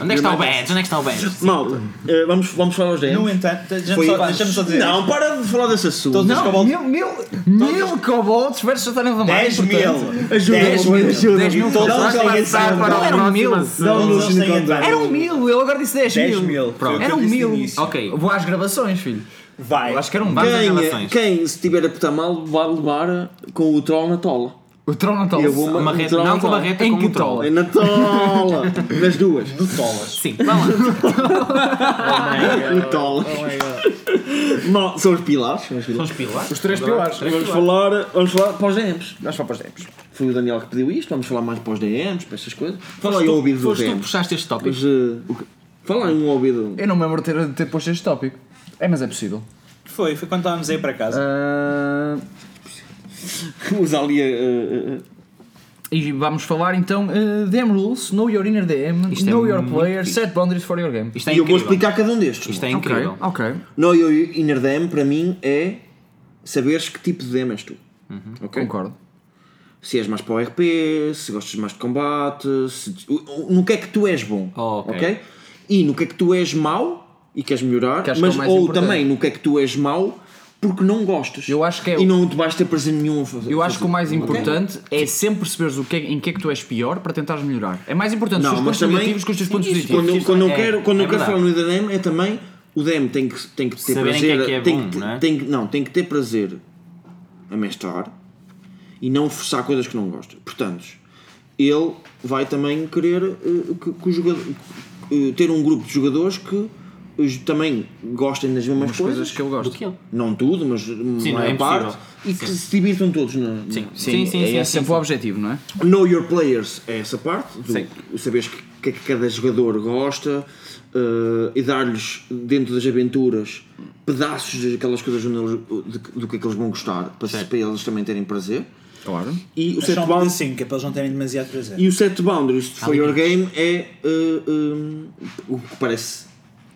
Onde é que está o badge? Onde é que está o badge?
Malta, eh, vamos, vamos falar aos
No
DMs.
entanto, deixa-me
Foi-
só, deixa-me só dizer
Não, para de falar desse assunto.
Todos os
Não,
kobolds-
mil, mil, mil
Tá.
kobolds versus a Tarana da Mar.
10 mil.
Ajuda,
10
ajuda, ajuda.
10 mil
Todos
kobolds.
os kobolds
passaram
são-
para- Eram mil.
Dá um
Todos
luxo
eles
no
têm
contrato.
entrada.
Eram mil, ele agora disse 10 mil.
10 mil. Foi o que eu
Eram
disse no
mil.
início.
Ok.
Vou às gravações, filho.
Vai.
Eu acho que era um
Vamos às
Quem, é?
gravações.
quem se tiver a putar mal, vai levar eh, com o troll na tola.
O Tronotal.
Eu vou-
Uma reta,
Troll,
não com uma
troll.
reta,
Em
com
que
um troll.
troll?
É na tola! Nas duas.
Do tolas.
Sim,
*laughs*
vamos lá.
Na tola. Mal, são os pilares. São os
São
pilares.
os pilares.
Os três pilares.
Vamos falar, vamos falar para os DMs. Vamos falar para os DMs. Foi o Daniel que pediu isto, vamos falar mais para os DMs, para estas coisas. Fala aí ao ouvido do
Foste tu que
DMs.
puxaste este tópico.
Mas, eh, o quê? Fala aí um ouvido.
Eu não me lembro de ter, de ter posto este tópico. É, mas é possível.
Foi, foi quando estávamos aí para casa.
Ah, É.
Usa ali a. a- a-
e vamos falar então eh, DM Rules, Know Your Inner DM,
Isto é
Know Your
muito
Player,
fixe.
Set Boundaries for Your Game.
Isto é
E eu vou
incrível.
explicar Ah, cada um destes.
Isto é
malta.
incrível.
Ok.
Não, eu Inner DM para mim é saberes que tipo de DM és tu. Ok?
Concordo.
Se és mais para o RP, se gostas mais de combate, se, o- o- no que é que tu és bom.
Oh, ok.
ok? E no que é que tu és mau e queres melhorar,
Que acho que
mas
é o mais
ou
importante.
também no que é que tu és mau porque não gostas.
Eu acho que é
E
o-
não te vais ter prazer nenhum a fazer.
Eu acho que o mais
Ok?
importante é sempre perceberes o que é- em que é que tu és pior para tentares melhorar. É mais importante
Não,
os teus
mas
pontos
também-
negativos que os teus pontos
isso,
positivos.
Quando,
Sim,
quando eu
é,
quero, quando
é
eu quero
verdade.
falar no DM é também o DM tem que, tem que ter
Saberem
prazer.
que é que é
tem,
bom,
que, te-
não é?
tem que- não, tem que ter prazer a mestrar e não forçar coisas que não gosta. Portanto, ele vai também querer eh, que, que o jogador- eh, ter um grupo de jogadores que eh, os- também gostem das mesmas
As
coisas.
coisas que eu
do
gosto.
que é? ele.
Não tudo, mas
Sim,
Sim,
não é
maior parte.
impossível.
E que se divirtam todos. Na,
Sim.
na-
Sim, sim,
é
sim,
esse
sim,
sempre
sim.
o objetivo, não é?
Know your players é essa parte, do,
Sim.
saberes o que é que cada jogador gosta eh, e dar-lhes, dentro das aventuras, pedaços daquelas coisas onde eles- de- do que é que eles vão gostar, para, se- para eles também terem prazer.
Claro.
E o
Mas só
set
um
bound,
assim, que é para eles não terem demasiado prazer.
e o set boundaries for your game é eh, eh, o que parece,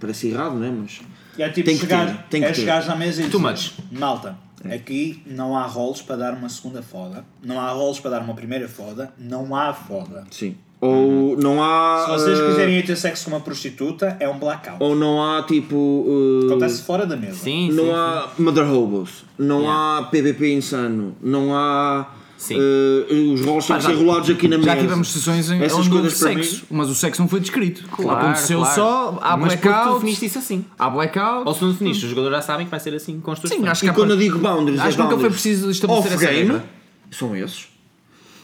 parece errado, não é? Mas
E é tipo
Tem que
chegar,
ter, tem que
é
ter.
chegares à mesa e
Too
dizer, malta, aqui não há rolos para dar uma segunda foda, não há rolos para dar uma primeira foda, não há foda.
sim. Ou não há.
Se vocês
eh,
quiserem ir ter sexo com uma prostituta, é um blackout.
Ou não há tipo. eh,
Acontece fora da mesa.
Sim,
não
sim,
há Mother Hobos, não há PVP insano, não há
Sim.
eh, os rolos
Pá,
são
já-
rolados aqui na mesa.
Já tivemos sessões em
Essas
onde houve
coisas para
sexo, mas o sexo não foi descrito.
Claro,
Aconteceu
claro.
só, há
Mas porque tu
blackout,
definiste isso assim.
há
Ou
blackout.
se não definiste, os jogadores já sabem que vai ser assim com as tuas
Sim,
pessoas.
acho que
E
há
quando eu digo boundaries,
Acho
é
que nunca foi
boundaries
preciso estabelecer essa
off-game,
regra.
São esses.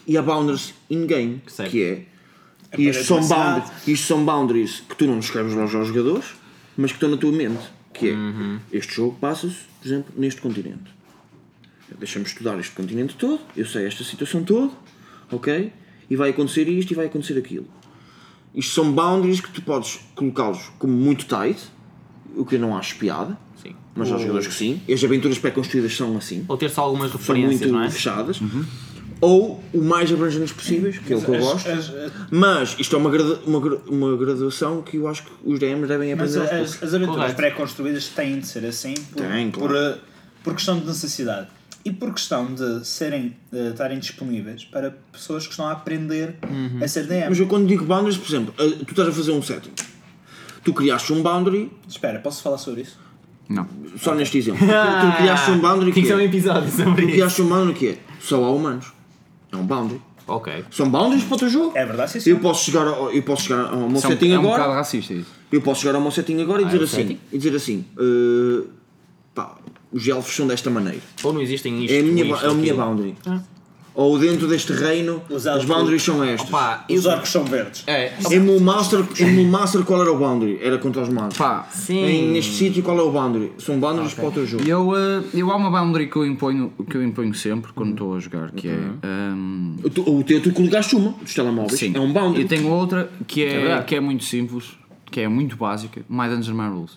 E há boundaries in-game, que,
Certo.
é. E isto, são
privacidade.
boundaries, isto são boundaries que tu não descreves logo aos jogadores, mas que estão na tua mente. Que é.
Uhum.
Este jogo passa-se, por exemplo, neste continente. Deixa-me estudar este continente todo, eu sei esta situação toda, ok? E vai acontecer isto e vai acontecer aquilo. Isto são boundaries que tu podes colocá-los como muito tight, o que eu não acho piada,
Sim.
mas há jogadores que sim. E as aventuras pré-construídas são assim,
Ou ter só algumas
são
referências,
muito
não é?
fechadas. Ou o mais abrangentes possíveis, que é o que eu
As-
gosto.
as- as-
Mas isto é uma, gradu- uma, gra- uma graduação que eu acho que os DMs devem
Mas
aprender. aos
é
poucos.
as, as aventuras
Correto.
pré-construídas têm de ser assim por,
Tem,
por,
claro.
eh, por questão de necessidade e por questão de serem de estarem disponíveis para pessoas que estão a aprender
Uhum.
a ser DM.
Mas eu quando digo boundaries, por exemplo, eh, tu estás a fazer um setting. Tu criaste um boundary,
Espera, posso falar sobre isso?
Não.
só neste exemplo. tu criaste um boundary
Tem
que
Ah, que ser um
é,
episódio sobre
Tu
isso.
criaste um boundary que é só há humanos. É um boundary.
Ok.
São boundaries para o teu jogo.
É verdade, sim, sim.
Eu posso chegar ao, eu posso chegar ao meu
Isso é um-
setting
é um
agora.
bocado racista isso.
Eu posso chegar ao meu setting agora e dizer
é o
assim,
setting?
e dizer assim, eh, pá, os elfos são desta maneira.
Ou não existem isto.
É a minha, ba- é
isto,
a
aquilo.
minha boundary. Ou dentro deste reino,
Os
as
elfos-
boundaries são estas.
Pá, eu
Os orcos são verdes.
É,
Em meu master, em meu master qual era o boundary? Era contra os magos.
Pá,
sim.
Em, neste sítio qual é o boundary? São boundaries para o teu jogo.
eu, eh, eu há uma boundary que eu imponho, que eu imponho sempre quando
Uhum.
estou a jogar, que é. ehm,
Tu- O teu, tu colocaste uma dos telemóveis.
sim.
É um boundary.
Eu tenho outra que é,
verdade.
que é muito simples, que é muito básica, My Dungeons and My Rules.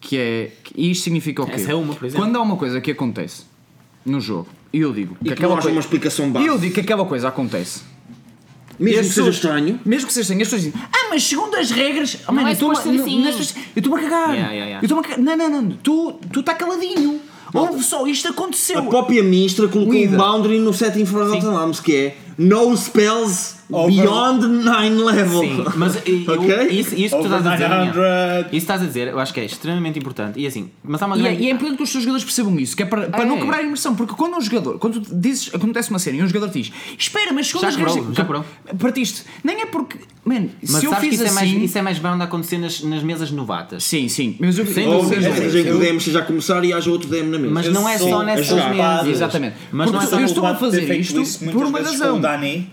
Que é. que- E isto significa o quê?
Essa é uma, por exemplo.
Quando há uma coisa que acontece no jogo e eu digo
E
que
tu não
aquela
achas uma
coisa.
explicação
E eu
básica.
digo que aquela coisa acontece.
Mesmo
E as
que seja
pessoas-
estranho,
Mesmo que seja estranho, as pessoas dizem, ah, mas segundo as regras, oh, mano,
é
eu estou-me
suposto ser assim."
a cagar.
Yeah, yeah, yeah.
Eu estou-me a cagar. Não, não, não, tu tu está caladinho. Ouve só, isto
a
aconteceu.
própria ministra colocou
Lida.
um boundary no setting for Forgotten Realms que é No spells beyond 9 level.
Sim,
*laughs*
mas eu, eu-
Ok?
isso, isso que tu
Over
estás a dizer. Daniel,
900.
Isso que estás a dizer, eu acho que é extremamente importante. E assim, mas há uma
E é,
grande.
e é importante que os teus jogadores percebam isso, que é para, para
É.
não quebrar a imersão, porque quando um jogador, quando tu dizes, acontece uma cena e um jogador te diz, espera, mas segundo
Já
as
quebrou,
regras.
já quebrou.
Partiste. Nem é porque. Man,
mas
se eu
sabes
fiz
que isso,
assim.
é mais, isso é mais bem onde acontecer nas, nas mesas novatas.
Sim, sim. Mas eu
Sem
Ou
eu-
dúvida.
seja,
Sim,
que o DM esteja a começar e haja outro DM na mesa.
é Mas não é
sou
só
a
nessas
jogar.
mesas.
Exatamente.
Mas não
Porque
é só
eu estou a
Culpado de ter
fazer
feito
isto
isso muitas
por uma
vezes
razão.
Com o Dani,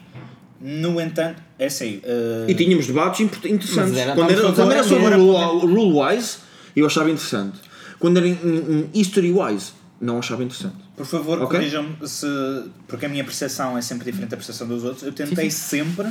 no entanto, é assim. eh,
E tínhamos debates import- interessantes.
Mas era-
quando, era,
estamos
quando era
todos a
sobre
aprender.
rule, wise, eu achava interessante. Quando era em, em- em history wise, não achava interessante.
Por favor,
Ok.
corrijam-me se. Porque a minha percepção é sempre diferente da percepção dos outros. Eu tentei sempre,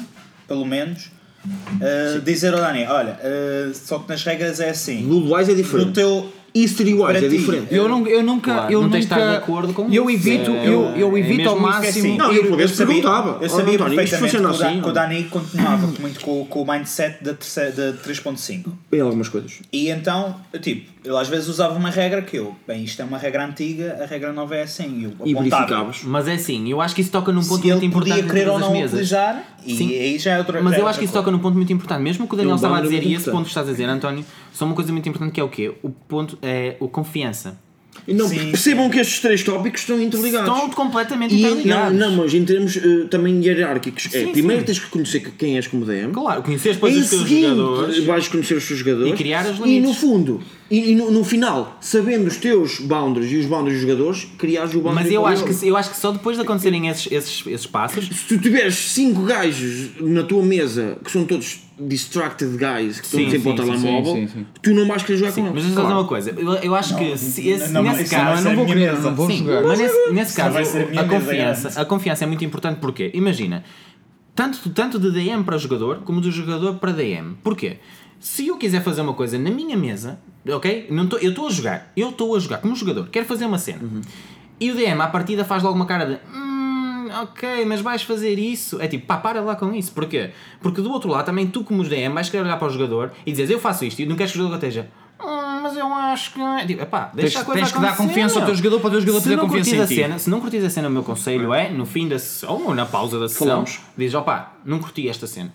pelo menos, uh, dizer ao Dani: olha, uh, só que nas regras é assim.
Rule wise é diferente.
No teu.
History
Para
wise é
ti.
diferente.
Eu, não, eu nunca.
Claro,
eu
não
nunca,
tens de estar de acordo com
Eu
isso.
evito,
É-
eu, eu
é
evito ao
mesmo isso que é
máximo.
assim.
Não, eu por vezes perguntava.
eu sabia
"Oh, António, isto
perfeitamente que
funciona
o, Da-
assim,
que o
não?"
Dani continuava muito com, com o mindset da, terceira- da 3.5.
Em algumas coisas.
E então, eu, tipo, ele às vezes usava uma regra que eu, bem, isto é uma regra antiga, a regra nova é assim. E eu
E
apontava.
verificavas.
Mas é assim, eu acho que isso toca num ponto
Se
muito
ele
importante.
podia querer
em
ou
todas as
não
mesas.
utilizar,
Sim.
e aí já é outra
Mas
já é
eu acho
outra
que isso
coisa.
toca num ponto muito importante. Mesmo o que o Daniel
É um
estava a
valor
dizer,
muito
e esse
importante.
ponto que estás a dizer, António, só uma coisa muito importante que é o quê? O ponto é o confiança.
E não,
Sim.
percebam que estes três tópicos estão interligados.
Estão completamente
e, não,
interligados.
não, mas em termos eh, também hierárquicos, é
tá Sim,
primeiro
sim.
tens que conhecer que- quem és como DM,
Claro, conheces depois
em
é
os teus
seguinte,
jogadores.
vais conhecer os teus jogadores
E criar os
E
limites.
no fundo, e, e no, no final, sabendo os teus boundaries e os boundaries dos jogadores, criares o boundary
Mas eu
para o
acho,
jogo.
que, eu acho que só depois de acontecerem esses, esses, esses passos
se tu tiveres cinco gajos na tua mesa que são todos distracted guys que estão
Sim,
sempre ao
sim, sim,
telemóvel,
sim, sim, sim.
tu não vais querer jogar com eles.
Mas deixa-me dizer
Claro.
uma coisa, eu, eu acho que se esse,
não,
nesse
isso não vai
caso.
ser a
Não vou
minha
querer,
mesa.
não vou
Sim,
jogar.
mas nesse, nesse
não
caso,
vai ser a minha
a
mesa,
confiança, a confiança é muito importante porque, imagina, tanto, tanto de DM para jogador como do jogador para DM. Porquê? Se eu quiser fazer uma coisa na minha mesa, ok? Não tô, eu estou a jogar, eu estou a jogar como um jogador, quero fazer uma cena.
Uhum.
E o DM à partida faz logo uma cara de. "Hum, Ok, mas vais fazer isso. É tipo, pá, para lá com isso. Porquê? Porque do outro lado também tu, como os DM, vais querer olhar para o jogador e dizes eu faço isto e não queres que o jogador esteja. "Hum, mas eu acho que. É tipo, pá, deixa
Tens-
a coisa
tens que dar
acontecer,
confiança ao
meu."
teu jogador para o teu jogador
Se
poder
não
confiança
curtis
em
a
ti.
cena- se não curtis a cena, o meu conselho é, no fim da sessão, ou na pausa da sessão,
Falamos.
dizes, opá, não curti esta cena.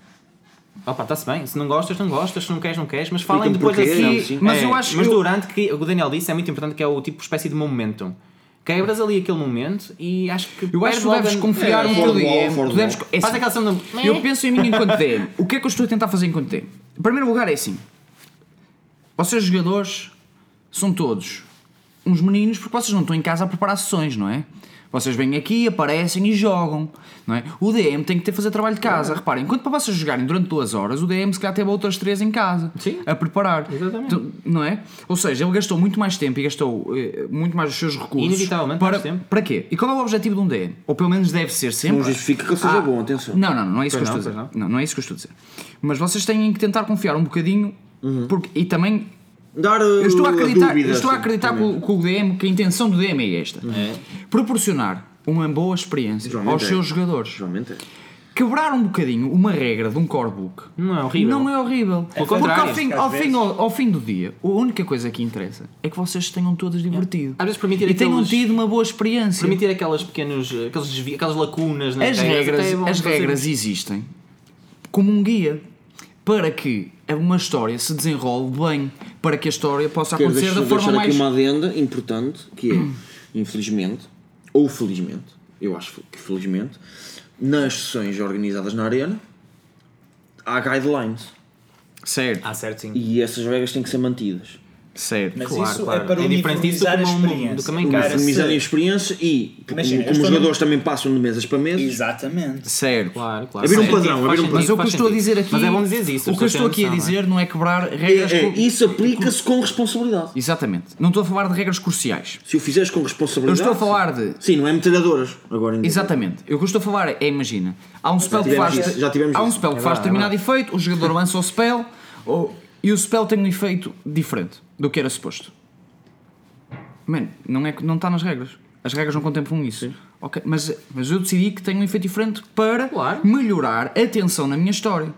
Opa, está-se bem. Se não gostas, não gostas. Se não queres, não queres. Mas falem
Explica-me
depois
porquê,
assim.
não, sim.
É, Mas eu acho
mas
que eu-
durante que o que o Daniel disse, é muito importante que é o tipo espécie de momentum. Quebras ali aquele momento e acho que.
Eu acho que tu deves confiar
É,
no
for
teu
the wall,
DM.
for
Tu
the
deves,
wall.
é
Faz
assim,
aquela cena de.
Eu penso em mim enquanto DM. O que é que eu estou a tentar fazer enquanto DM? Em primeiro lugar é assim. Vocês jogadores são todos uns meninos porque vocês não estão em casa a preparar sessões, não é? Vocês vêm aqui, aparecem e jogam, não é? O DM tem que ter fazer trabalho de casa. Reparem, enquanto para vocês jogarem durante duas horas, o DM se calhar teve outras três em casa
Sim.
a preparar.
Exatamente.
Então, não é? Ou seja, ele gastou muito mais tempo e gastou eh, muito mais os seus recursos.
Inevitavelmente
para,
mais tempo.
para quê? E qual é o objetivo de um DM? Ou pelo menos deve ser sempre.
Não justifica que ele seja bom, atenção.
Ah, Não, não, não é isso
Pois
que eu
Ah, não,
estou a
pois
dizer. Não. não é isso que eu estou a dizer. Mas vocês têm que tentar confiar um bocadinho
Uhum.
porque, e também
Dar eh,
eu estou
Uh,
a acreditar, eu estou a acreditar
acreditar
que, o- que o DM, que a intenção do DM é esta.
Uhum.
Proporcionar uma boa experiência
Geralmente
aos
é.
seus jogadores.
Geralmente é.
Quebrar um bocadinho uma regra de um core book
Não é horrível.
não é horrível. porque
contrário,
ao fim,
às
ao,
vezes.
fim, ao, ao fim do dia, a única coisa que interessa é que vocês se tenham todos divertido.
Às vezes permitir
e tenham
aqueles-
tido uma boa experiência.
Permitir aquelas pequenas. Aqueles desvi- aquelas lacunas nas
As regras,
até é bom
as
fazermos.
regras existem como um guia para que uma história se desenrole bem, para que a história possa
Quero
acontecer
deixar,
da forma
deixar
mais.
aqui uma adenda importante que é, infelizmente, ou felizmente, eu acho que felizmente, nas sessões organizadas na arena há guidelines
Certo,
Ah, certo, sim.
e essas regras têm que ser mantidas.
Ah.
certo.
Mas
Claro,
isso
claro.
é para
É diferente disso
uniformizar a
do que uma-
experiência.
do que uma em
Cara,
casa.
Uniformizar a
se-
experiência e, como,
Imagina, eu
como os
estou no-
jogadores também passam de mesas para mesas,
Exatamente.
Certo.
Claro, claro.
Haver um
Faz
padrão,
sentido,
haver um
faz
padrão.
Mas o que eu
sentido,
estou a
faz
dizer
sentido.
aqui.
Mas é bom dizer isso.
O que eu estou aqui a
atenção, não é?
dizer não é quebrar
É,
regras.
é,
cu-
isso aplica-se com responsabilidade.
Exatamente. Não estou a falar de regras cruciais.
Se o fizeres com responsabilidade.
Eu estou a falar de-
Sim, não é metralhadoras. Agora
Uhum.
ainda.
Exatamente. Eu, o que eu estou a falar é, imagina, há um spell que
tivemos
faz.
isso, já tivemos
há um
isso.
spell que
É
faz
verdade,
determinado efeito,
*laughs*
o jogador lança o spell ou- e o spell tem um efeito diferente do que era suposto. Mano, não, é, não está nas regras. As regras não contemplam isso. Ok, mas, mas eu decidi que tem um efeito diferente para
Claro.
melhorar a tensão na minha história.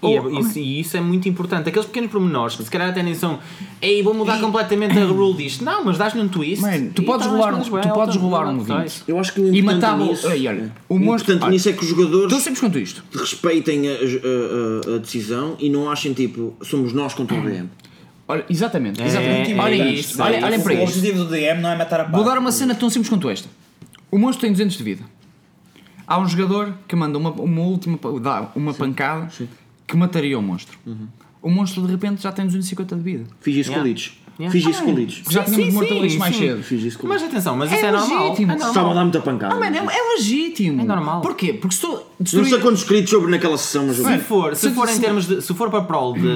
Oh,
E,
Ou-
é- isso, e isso é muito importante. Aqueles pequenos pormenores que se calhar até nem são. Ei, vou mudar completamente a rule disto. Não, mas dás-lhe um twist.
Mano, tu
e
podes
tá,
rolar
mas
um-
bem,
tu
ela
podes
tá-
rolar um
tá-
20.
Eu acho que o importante
matar o-
nisso,
Ei, olha, o
o
monstro-
importante
olha.
nisso é que os jogadores
Estou sempre conto é isto.
respeitem a, a- a- a decisão e não achem tipo, somos nós contra
Hum.
o DM.
Olha, exatamente. exatamente.
é
olha
isso,
isto.
é
olha,
isso.
olhem para
o
isto.
objetivo do DM não é matar a pá.
Vou dar uma cena tão simples quanto esta. O monstro tem 200 de vida. Há um jogador que manda uma, uma última pa- dá uma pancada que mataria o monstro. O monstro de repente já tem 250 de vida.
Fiz isso
Yeah.
com leads.
Yeah.
Fiz isso
Ah,
com leads.
já
sim,
tínhamos
sim,
morto o lixo
sim,
mais
sim.
cedo.
Fiz isso com
Mas
leads.
atenção, mas
É
isso é normal.
legítimo.
É
Estava a
normal.
dar muita pancada.
Ah, mano, é, é legítimo.
É normal.
Porquê? Porque se tu
Não
destruir...
sei quantos críticos houve naquela sessão, mas eu-
Se for, se
Se-
for em
se-
termos de. Se for para prol de.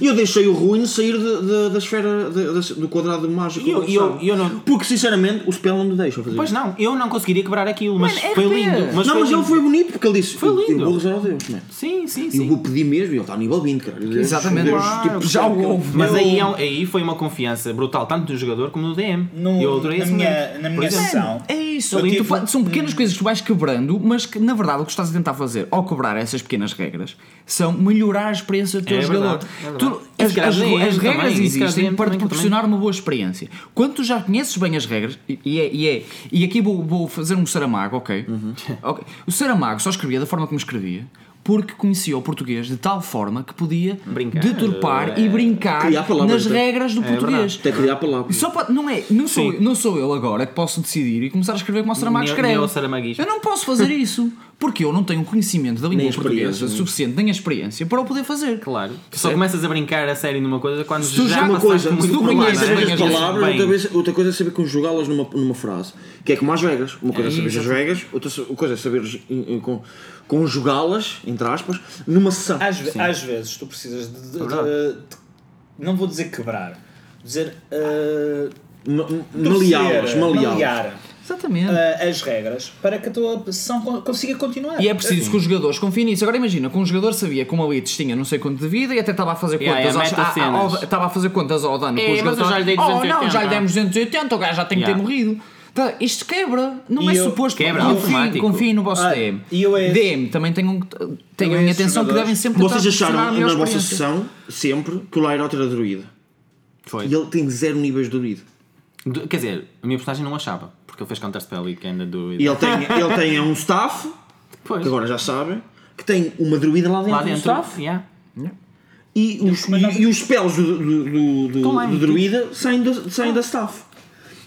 eu deixei o ruim sair de- de- da esfera de- da- do quadrado mágico.
E eu-
do
e eu-
Gonçalo.
e eu não-
Porque sinceramente o spell não me deixa fazer.
Pois
isso.
não, eu não conseguiria quebrar aquilo, mas
Mano, é
foi
RP.
lindo. Mas
não, mas ele
lindo.
foi bonito porque ele disse:
Foi
eu-
lindo.
Eu vou rezar a Deus, mano.
Sim, sim,
E eu
sim.
vou pedir mesmo, e ele está a nível Tipo, 20, cara.
Exatamente. Claro, já o houve.
Mas
Eu-
aí, é um- aí foi uma confiança brutal, tanto do jogador como do DM.
No-
eu adorei
na
esse
minha-
momento.
na minha
Por exemplo.
sessão.
É isso.
Eu
Ali tu
tive-
fa- São pequenas coisas que tu vais quebrando, mas que na verdade o que estás a tentar fazer ao quebrar essas pequenas regras são melhorar a experiência do teu
É
jogador.
verdade, é
Tu-
verdade. E se
as,
calhar
as-
nem
as
eu também,
regras
e se calhar nem
existem para
eu
te
também, que eu
proporcionar uma boa experiência. Quando tu já conheces bem as regras, e- e, é, e, é- e aqui vou, vou fazer um Saramago, ok?
Uhum.
Ok. O Saramago só escrevia da forma como escrevia. Porque conhecia o português de tal forma que podia
Brincar,
deturpar e brincar
Criar palavras,
nas
até.
regras do
É
português.
Até criar palavras.
Só pode- não é, não sou,
Sim.
não sou eu agora que posso decidir e começar a escrever como o Saramago
Neo-
escreve.
neossaramaguismo.
Eu não posso fazer isso. Porque eu não tenho conhecimento da língua
Nem experiência,
portuguesa
não.
suficiente, nem a experiência, para o poder fazer.
Claro. Tu só começas a brincar a sério numa coisa quando
tu já-
já
uma
Uma
passaste
coisa,
muito
se tu
por lá,
conheces
não é?
bem,
as
bem,
palavras,
Bem.
outra, vez- outra coisa é saber conjugá-las numa, numa frase. Que é como as regras. Uma coisa é,
É,
saber as
exatamente.
regras, outra sa- coisa é saber eh, eh, con- conjugá-las, entre aspas, numa sessão.
Às, ve- às vezes tu precisas de, de-
verdade.
de- de- não vou dizer quebrar, dizer uh,
Ma- ma- Maleá-las, maleá-las.
malear
Exatamente.
uh, as regras para que a tua sessão con- consiga continuar.
E é preciso que os jogadores confiem nisso. Agora imagina que um jogador sabia que uma Elites tinha não sei quanto de vida e até estava a fazer
Yeah,
contas
yeah,
aos-
mete
a- a- ao,
cenas.
estava a fazer contas ao dano
É,
com o
mas eu
jogador.
já lhe dei
oh não, já lhe
280.
demos 280, o gajo já tem que ter
Yeah.
morrido. Tá, isto quebra, não
E
é
eu-
suposto
quebra,
confiem,
automático.
confiem no vosso
Ah,
DM.
e eu é esse-
DM também tenham, tenham
Eu é
em
esse
atenção que
jogador.
devem sempre tentar
Vocês
proporcionar a
acharam
melhor
na vossa
experiência.
sessão, sempre, que o Lairot era druida.
Foi.
E ele tem zero níveis de druida.
Do- Quer dizer, a minha personagem não achava, porque ele fez Counter-Spell e que ainda do.
E ele tem, ele tem um staff,
Pois.
que agora já sabem, que tem uma druida lá dentro,
lá
do
Um
dentro.
staff.
yeah.
E os, e, e os spells do, do, do,
Estão lá
do, do
metidos.
druida saem, da- saem da staff.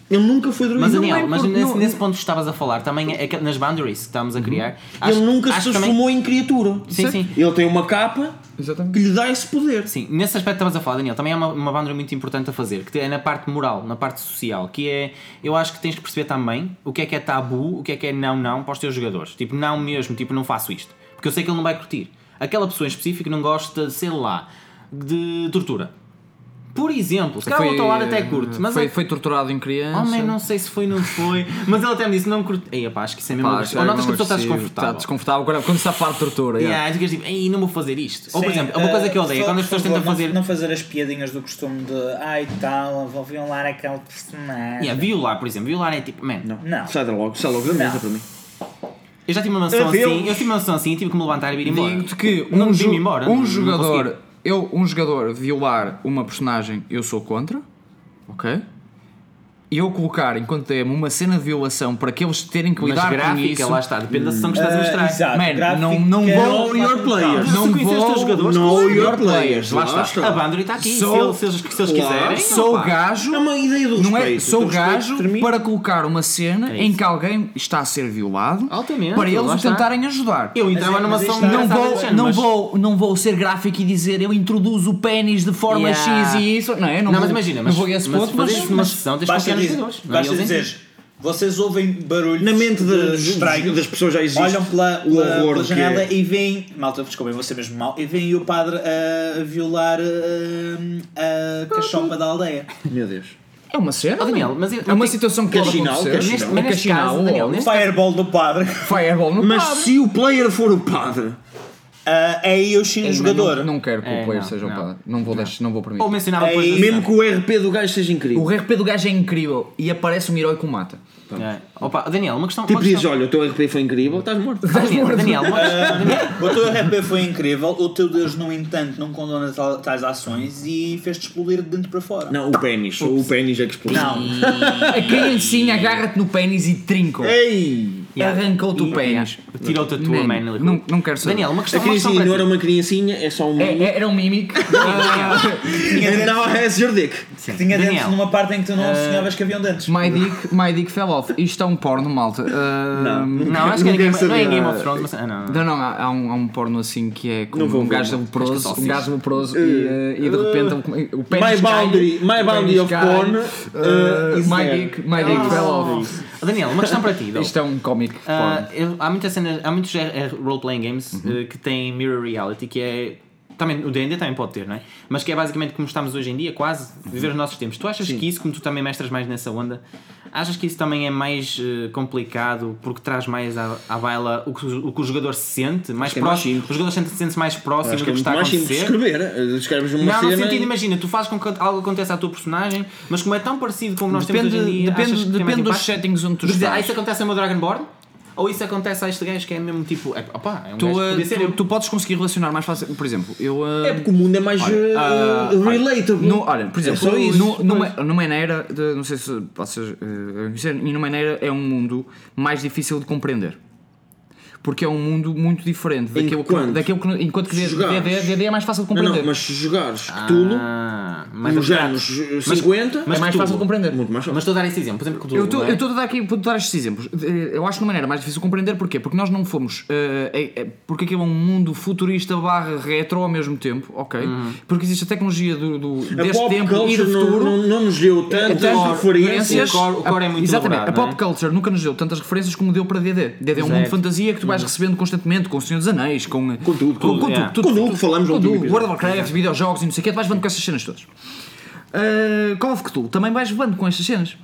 Ele nunca foi druida.
Mas
Ele
Daniel,
não é
mas
por-
nesse,
não- Uhum.
nesse ponto que estavas a falar, também é que nas boundaries que estávamos a criar,
ele nunca se
acho que
transformou em criatura.
Sim, sim.
Ele tem uma capa que
Exatamente.
lhe dá esse poder.
Sim, nesse aspecto que estavas a falar, Daniel, também há uma, uma boundary muito importante a fazer, que é na parte moral, na parte social, que é, eu acho que tens que perceber também o que é que é tabu, o que é que é não, não para os teus jogadores. Tipo, não mesmo, tipo, não faço isto. Porque eu sei que ele não vai curtir. Aquela pessoa em específico não gosta, sei lá, de tortura. Por exemplo, se calhar o outro lado é até
Uhum.
curte, mas
foi,
a-
foi torturado em criança.
Homem, Oh, não sei se foi, não foi. Mas ele até me disse, não curto. Ei, pá, acho que isso é mesmo.
Pá,
agressivo. Ou notas que a pessoa está
agressivo,
desconfortável.
Está desconfortável quando- quando está a falar de tortura. yeah.
Yeah, ficas tipo, ei, não vou fazer isto. Ou, por
Sim,
exemplo, uma coisa que eu odeio é
eh,
quando as
por
pessoas
favor,
tentam fazer.
Não, não fazer as piadinhas do costume de ai tal, vou violar aquele personagem.
Yeah, violar, por exemplo. Violar é tipo, man,
Não.
Sai da logo, sai logo da mesa
Não.
para mim.
eu já tive uma noção
É, viu?
assim, eu tive uma noção assim e tive que me levantar e ir embora.
Digo-te que
não
um,
me
jo-
vim embora.
um
não- não
jogador,
consegui.
eu, um jogador violar uma personagem, eu sou contra, ok? E eu colocar enquanto DM uma cena de violação para que eles terem que
Mas
lidar com
gráfica,
isso.
lá está, depende da sessão que estás a
Eh,
mostrar.
exato,
Man,
gráfico
não- não
que é
vou-
o-
your players.
Se
Não
conheces os teus
vou,
jogadores,
Know
claro.
your players,
Lá
lá
está.
está.
A Boundary está aqui. Se
Sou-
eles- se eles, se eles
Claro.
quiserem.
sou
opa.
gajo,
É uma ideia Então, do
não é,
respeito,
sou
do respeito
gajo
termina.
para colocar uma cena
É
em
isso.
que alguém está a ser violado
Altamente,
para eles
lá
o
está.
tentarem ajudar.
Eu entrava
Mas
numa
isto
sessão
está-
é- não
Engraçado
vou,
dizer,
não, vou, não vou ser gráfico e dizer eu introduzo o pênis de forma
Yeah.
X e isso. Não, eu não,
Não,
vou,
mas imagina,
não
mas,
vou a esse
mas
ponto,
fazer
mas-
isso numa sessão tens que
Basta
confiar nos
dizer,
jogadores. não é?
basta
Eles entendem.
dizer, vocês ouvem barulhos
Na mente
de
das-
estranho,
das pessoas já existe
olham pela,
o
pela,
horror
pela
que
janela
é.
e vêm, malta, desculpem, você mesmo mal, e vêm o padre a, a violar ah, a cachopa da aldeia.
Meu Deus.
É uma cena?
Oh, Daniel,
não?
mas eu-
é uma
eu tenho-
situação que pode
Cassinal,
acontecer.
cassinal.
Neste-
É
mas neste
cassinal,
caso, Daniel, um
ou-
neste-
*laughs* Fireball do padre.
Fireball no
Mas
padre.
se o player for o padre,
Ah, aí eu xingo o
Mas
jogador.
Não, não quero que
É,
o player
não,
seja o
não.
padre. Não vou, deixar, não vou permitir.
Ou mencionava
Ei,
coisas.
mesmo que o RP do gajo seja incrível,
O RP do gajo é incrível e aparece um herói que o mata.
É. Opa, Daniel, uma questão.
tipo
uma
dizes:
questão.
olha, o teu RP foi incrível, estás morto.
Daniel, Daniel, uma questão.
O teu RP foi incrível, o teu Deus, no entanto, não condona tal- tais ações e fez-te explodir de dentro para fora.
Não, o pênis. O pênis é que explodiu.
Não.
A criancinha agarra-te no pênis e trinca
Ei!
Yeah.
Arrancou-te o
E-
pênis.
yeah. Tirou-te a tua,
Man,
man.
não- não quero saber.
Daniel, uma
A
questão. uma questão
criancinha
para
não era
ti.
uma criancinha, é só um.
É- é- era um
*laughs*
mímico.
And now has é your dick.
Sim.
Tinha dentes
Daniel,
numa parte em que tu não sonhavas que haviam dentes.
my, dick, my dick fell off. Isto é um porno, malta.
Não,
Ah,
Não, acho que é
Não quero
Game- não é
saber.
Game of Thrones, mas. Ah, não, não.
Não, não, há, há um, há um porno assim que é com
Não vou
um
ver,
gajo
não.
leproso,
Acho que
um
é
gajo leproso e, eh, e de repente ele- o pênis
My
cai,
boundary-
o
my
pênis
boundary of
cai,
porn,
eh,
eh, is
my
there.
dick, my dick fell off.
Oh, Daniel, uma questão para ti. Dol.
Isto é um comic
Ah,
porn.
eu- há, muita cena, há muitos R- R- role-playing games
Uhum.
eh, que têm mirror reality, que é. Também, o D&D também pode ter, não é? Mas que é basicamente como estamos hoje em dia, quase,
Uhum.
viver os nossos tempos. Tu achas que isso, como tu também mestras mais nessa onda, achas que isso também é mais eh, complicado porque traz mais à, à baila o que, o que o jogador se sente? Mais
que é mais
próximo?
simples.
o jogador sente- sente-se mais próximo
Acho
do
que
que
é muito
está a
mais simples de
acontecer?
escrever. eh, Escreves uma
Não, no
cena
sentido,
e-
imagina, tu fazes com que algo aconteça à tua personagem, mas como é tão parecido com o que nós
Depende,
temos hoje em dia, achas que
depende,
tem mais
depende dos
impacto?
settings onde tu
De dizer,
estás.
ah, isso acontece ao meu Dragonborn? Ou isso acontece a este gajo que é mesmo tipo. É, opa, é um
Tu,
gajo que
eh,
podia ser
tu,
eu.
tu podes conseguir relacionar mais fácil. Por exemplo, eu. eh,
É porque o mundo é mais eh,
ah,
eh, relatable.
No, olha, por exemplo,
é só isso.
no, numa, numa maneira, de, não sei se vocês eh, conhecerem, e numa maneira é um mundo mais difícil de compreender. Porque é um mundo muito diferente daquilo que,
Enquanto
daquilo que. Enquanto que
se jogares-
DD DD é mais fácil de
Não,
compreender.
não, mas se jogares Cthulhu
Ah, mas
nos
abstrato.
anos 50,
é mais
Cthulhu.
fácil de compreender.
muito mais fácil.
Mas estou a dar esse exemplo, por exemplo, Cthulhu,
Eu estou
não
a
é?
dar aqui vou dar estes exemplos. Eh, Eu acho que de uma maneira mais difícil de compreender porquê. Porque nós não fomos. eh, eh, eh, porque aquilo é um mundo futurista barra retro ao mesmo tempo, ok? Porque existe a tecnologia do, do-
Uhum. A
deste
pop
tempo e
culture
do
não,
futuro.
não, não nos deu
É
tantas
tanto
referências.
o core- o core é muito
Exatamente.
elaborado,
a pop
não é?
culture nunca nos deu tantas referências como deu para DD. DD é um
Exato.
mundo de fantasia que tu vais recebendo constantemente, com o Senhor dos Anéis, com. Com
tudo,
com,
Uhum. tudo,
tudo,
yeah.
tudo,
Com tudo,
tudo,
falamos no
com tudo.
último
World
episódio.
of Warcraft, videojogos e não sei o quê, tu vais levando com essas cenas todas. Uh, Call of Cthulhu também vais levando com estas cenas.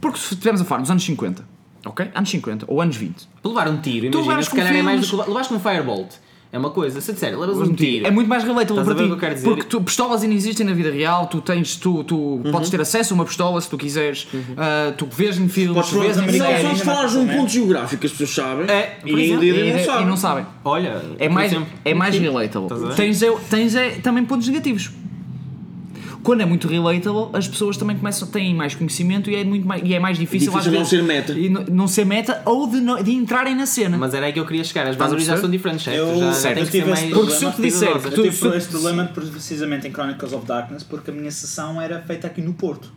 Porque se estivermos a falar nos anos 50, ok? Anos 50 ou anos 20,
Levar um tiro,
Tu
imagina,
levas
se calhar é
com
mais do
filmes-
que levares com um firebolt. É uma coisa, se disser, levas um tiro.
É muito mais relatable
Estás
para
a ver o
ti.
que eu quero dizer?
Porque tu, pistolas ainda existem na vida real, tu tens, tu, tu
Uhum.
podes ter acesso a uma pistola se tu quiseres, ah, tu vês em filmes,
Podes
tu vês
falar-
em
Não, só
séries
se falares de um ponto geográfico que as pessoas sabem
É, por
e ainda
exemplo.
irem não
e, e
sabem.
não sabem.
Olha,
É
por
mais,
exemplo,
é mais
um tiro.
relatable.
Estás a ver?
Tens, é- tens é, também pontos negativos. Quando é muito relatable, as pessoas também começam, têm mais conhecimento e é, muito mais, e é mais difícil,
Difícil
às
não
vezes,
ser meta.
E não, não ser meta ou de, não- de entrarem na cena.
Mas era aí que eu queria chegar, as
Estás a perceber?
valorizações são diferentes, certo?
Eu-
Já,
Certo.
tem que ser
Eu tive esse
mais-
Porque se eu
te disser
É
que
Eu
Tu-
tive
tu-
este problema precisamente em Chronicles of Darkness porque a minha sessão era feita aqui no Porto.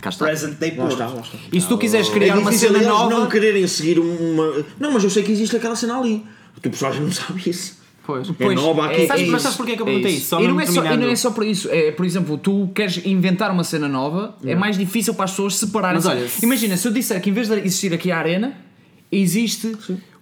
Cá está.
Present Day
Lá está,
Porto.
lá está.
E se tu quiseres criar
é
uma
difícil
cena
eles
nova.
não quererem seguir uma. Não, mas eu sei que existe aquela cena ali. O teu personagem não sabe isso.
Pois.
É nova aqui.
Sabes-
é
mas
isso.
sabes porquê que eu perguntei isso? Só
e, não
mesmo
é só, e não é
terminando.
só por isso. É, por exemplo, tu queres inventar uma cena nova, é mais difícil para as pessoas separarem.
Mas olha, se-
Imagina, se eu disser que em vez de existir aqui a arena, existe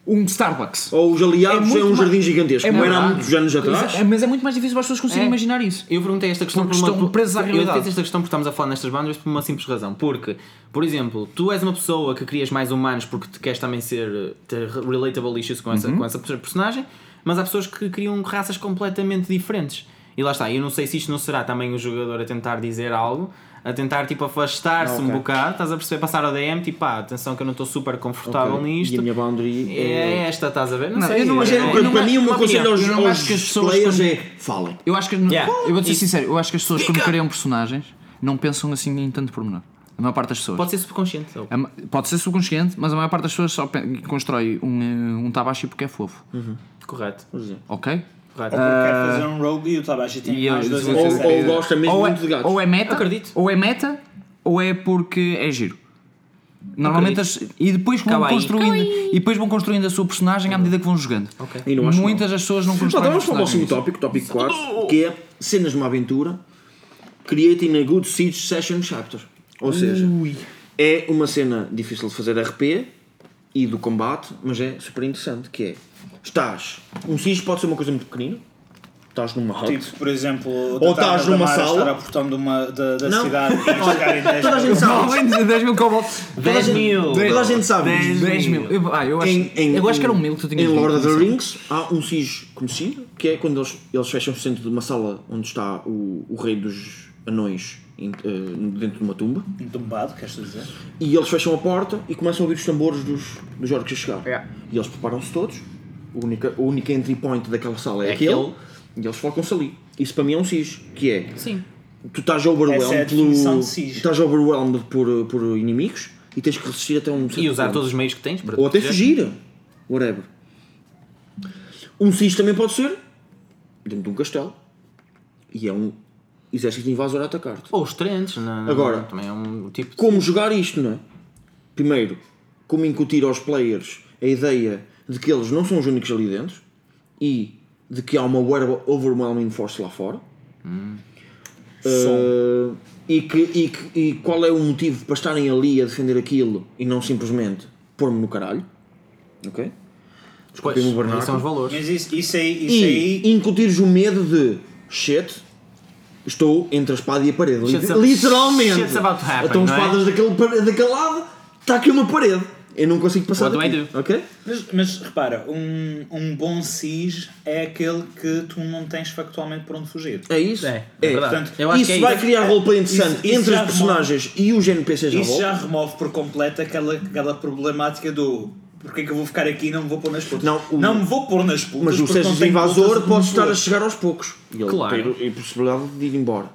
um Starbucks.
Ou os aliados é,
muito
um
ma-
jardim gigantesco, como era há
verdade.
muitos anos atrás.
Exa- Mas é muito mais difícil para as pessoas conseguirem
É.
imaginar isso.
Eu perguntei esta questão
Porque
por uma,
estão presos à
eu
realidade.
fiz esta questão porque estamos a falar nestas bandas por uma simples razão. Porque, por exemplo, tu és uma pessoa que crias mais humanos porque tu queres também ser ter relatable issues com essa, com essa personagem, mas há pessoas que criam raças completamente diferentes. E lá está, eu não sei se isto não será também o jogador a tentar dizer algo, a tentar tipo afastar-se um bocado, estás a perceber? Passar ao DM, tipo, pá, atenção que eu não estou super confortável
Ok.
nisto.
E a minha boundary
É esta, estás a ver? Não,
Não,
sei.
eu não-
Mas
é-
é,
eu
para,
não-
para mim, o meu
uma
conselho
opinião.
aos,
Eu não
aos
acho que as pessoas
players
quando-
é falem.
Eu acho que.
Yeah.
Eu vou ser sincero, eu acho que as pessoas quando criam personagens não pensam assim em tanto pormenor. A maior parte das pessoas.
Pode ser subconsciente. ou-
A ma- Pode ser subconsciente, mas a maior parte das pessoas só pe- constrói um, eh, um tabaxi porque é fofo.
Correto.
Ok?
Correto.
Ou porque quer fazer um rogue e o Tabashi
e
tem
eu-
mais dois
eu-
Ou,
anos.
ou gosta mesmo
ou, é,
muito de gatos.
ou é meta,
Acredito.
ou é meta, ou é porque é giro. Normalmente as, e depois vão
Kawaii.
construindo e depois vão construindo a sua personagem à medida que vão jogando.
E não acho
Muitas das pessoas não
Pronto,
constroem.
vamos para o próximo
personagens.
tópico, tópico 4, que é cenas de uma aventura creating a good siege session chapter. Ou seja, é uma cena difícil de fazer RP e do combate, mas é super interessante, que é estás, um siege pode ser uma coisa muito pequenina, estás numa hut,
Tipo, por exemplo,
Ou
tentar
estás numa
nadar,
sala.
estar a portão de uma, da, da
Não.
cidade e chegar em 10
toda a gente sabe,
*laughs* Além de 10 mil cobaltos.
toda a
10
gente,
mil.
toda a gente sabe,
10 mil. Eu, ah, eu acho,
um Em- em-
eu acho que era um
em-
mil que tu
Em
tinhas. dito,
Lord of the
não sei.
Rings há um siege conhecido, que é quando eles, eles fecham-se dentro de uma sala onde está o, o rei dos anões em- eh, dentro de uma tumba,
Tombado, um queres tu dizer?
e eles fecham a porta e começam a ouvir os tambores dos, dos orcs a chegar.
Yeah.
E eles preparam-se todos, o único, o único entry point daquela sala é,
É
aquele,
aquele.
e eles focam-se ali. Isso para mim é um siege, que é... Tu estás overwhelmed
Essa é a definição
pelo,
de siege.
estás overwhelmed por, por inimigos e tens que resistir até um certo
E usar
ponto.
todos os meios que tens para
Ou até
proteger.
fugir. Whatever. Um siege também pode ser dentro de um castelo. E é um exército invasor a atacar-te.
Ou os trentes, não, não-
Agora.
Também é um tipo. de-
Como jogar isto, não é? Primeiro, como incutir aos players a ideia de que eles não são os únicos ali dentro e de que há uma over- overwhelming force lá fora.
um.
Uh, e, que, e, que- e qual é o motivo para estarem ali a defender aquilo e não simplesmente pôr-me no caralho? Ok?
Pois,
Desculpem o vernáculo.
aí são os valores.
Mas isso, isso aí, isso aí
e incutires o medo de shit, estou entre a espada e a parede. Li-
Shit's a-
Literalmente.
shit's about to happen,
Estão
não é?
espadas daquele, par- daquele lado, está aqui uma parede. Eu não consigo passar.
What do
daqui,
I do?
Ok?
Mas, mas repara, um, um bom SIS é aquele que tu não tens factualmente por onde fugir.
É isso?
É, é verdade.
Portanto,
Eu acho
isso
que é
vai
isso.
criar roleplay interessante
Isso- isso
entre
já
os personagens e os NPCs à
Isso
volta.
já remove por completo aquela, aquela problemática do porque é que eu vou ficar aqui e não me vou pôr nas putas.
Não, o-
não me vou pôr nas putas.
Mas o
porque não
Sérgio
tenho
Invasor
putas de me
pode estar
pôr.
a chegar aos poucos. E ele
Claro.
ter a possibilidade de ir embora.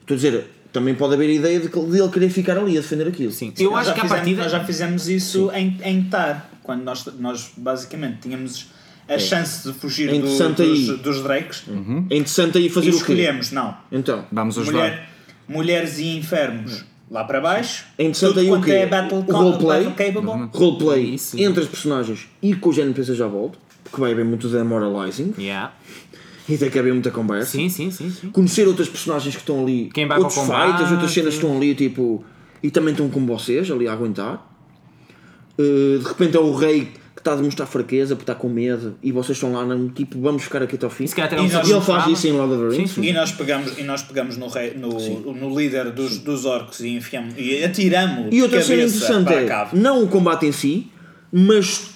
Estou a dizer, também pode haver a ideia de, que, de ele querer ficar ali a defender aquilo.
Sim. Eu
Nós
acho
já
que à
fizemos-
partida.
Nós já fizemos isso em, em TAR. Quando quando nós, nós basicamente tínhamos a chance de fugir
É
do-
interessante aí.
dos, dos drakes
É interessante aí
e
fazer o quê?
escolhemos, não.
Então,
Vamos ajudar.
Mulher, mulheres e enfermos lá para baixo.
É interessante
Tudo
aí o
quanto
quê?
é battle,
O
co-
roleplay? Uhum.
battle capable.
roleplay
É Isso.
entre as personagens e com os NPCs já volto, porque vai haver muito demoralizing
Yeah.
e tem que haver muita conversa.
Sim, sim, sim, sim.
Conhecer outras personagens que estão ali,
Quem vai
outros
para o combate.
fighters, outras cenas que estão ali, tipo, e também estão com vocês ali a aguentar. Uh, de repente é o rei que está a demonstrar fraqueza porque está com medo e vocês estão lá, num, tipo, vamos ficar aqui até ao fim.
se calhar até
e
não
ele
sabemos
faz
falar.
isso em Lord of the Rings.
Sim, sim.
E nós pegamos, e nós pegamos no, rei, no, no líder dos, dos orcos e enfiamos e atiramos
E outra
cabeça
cena interessante
para a
é,
cave.
não o combate em si, mas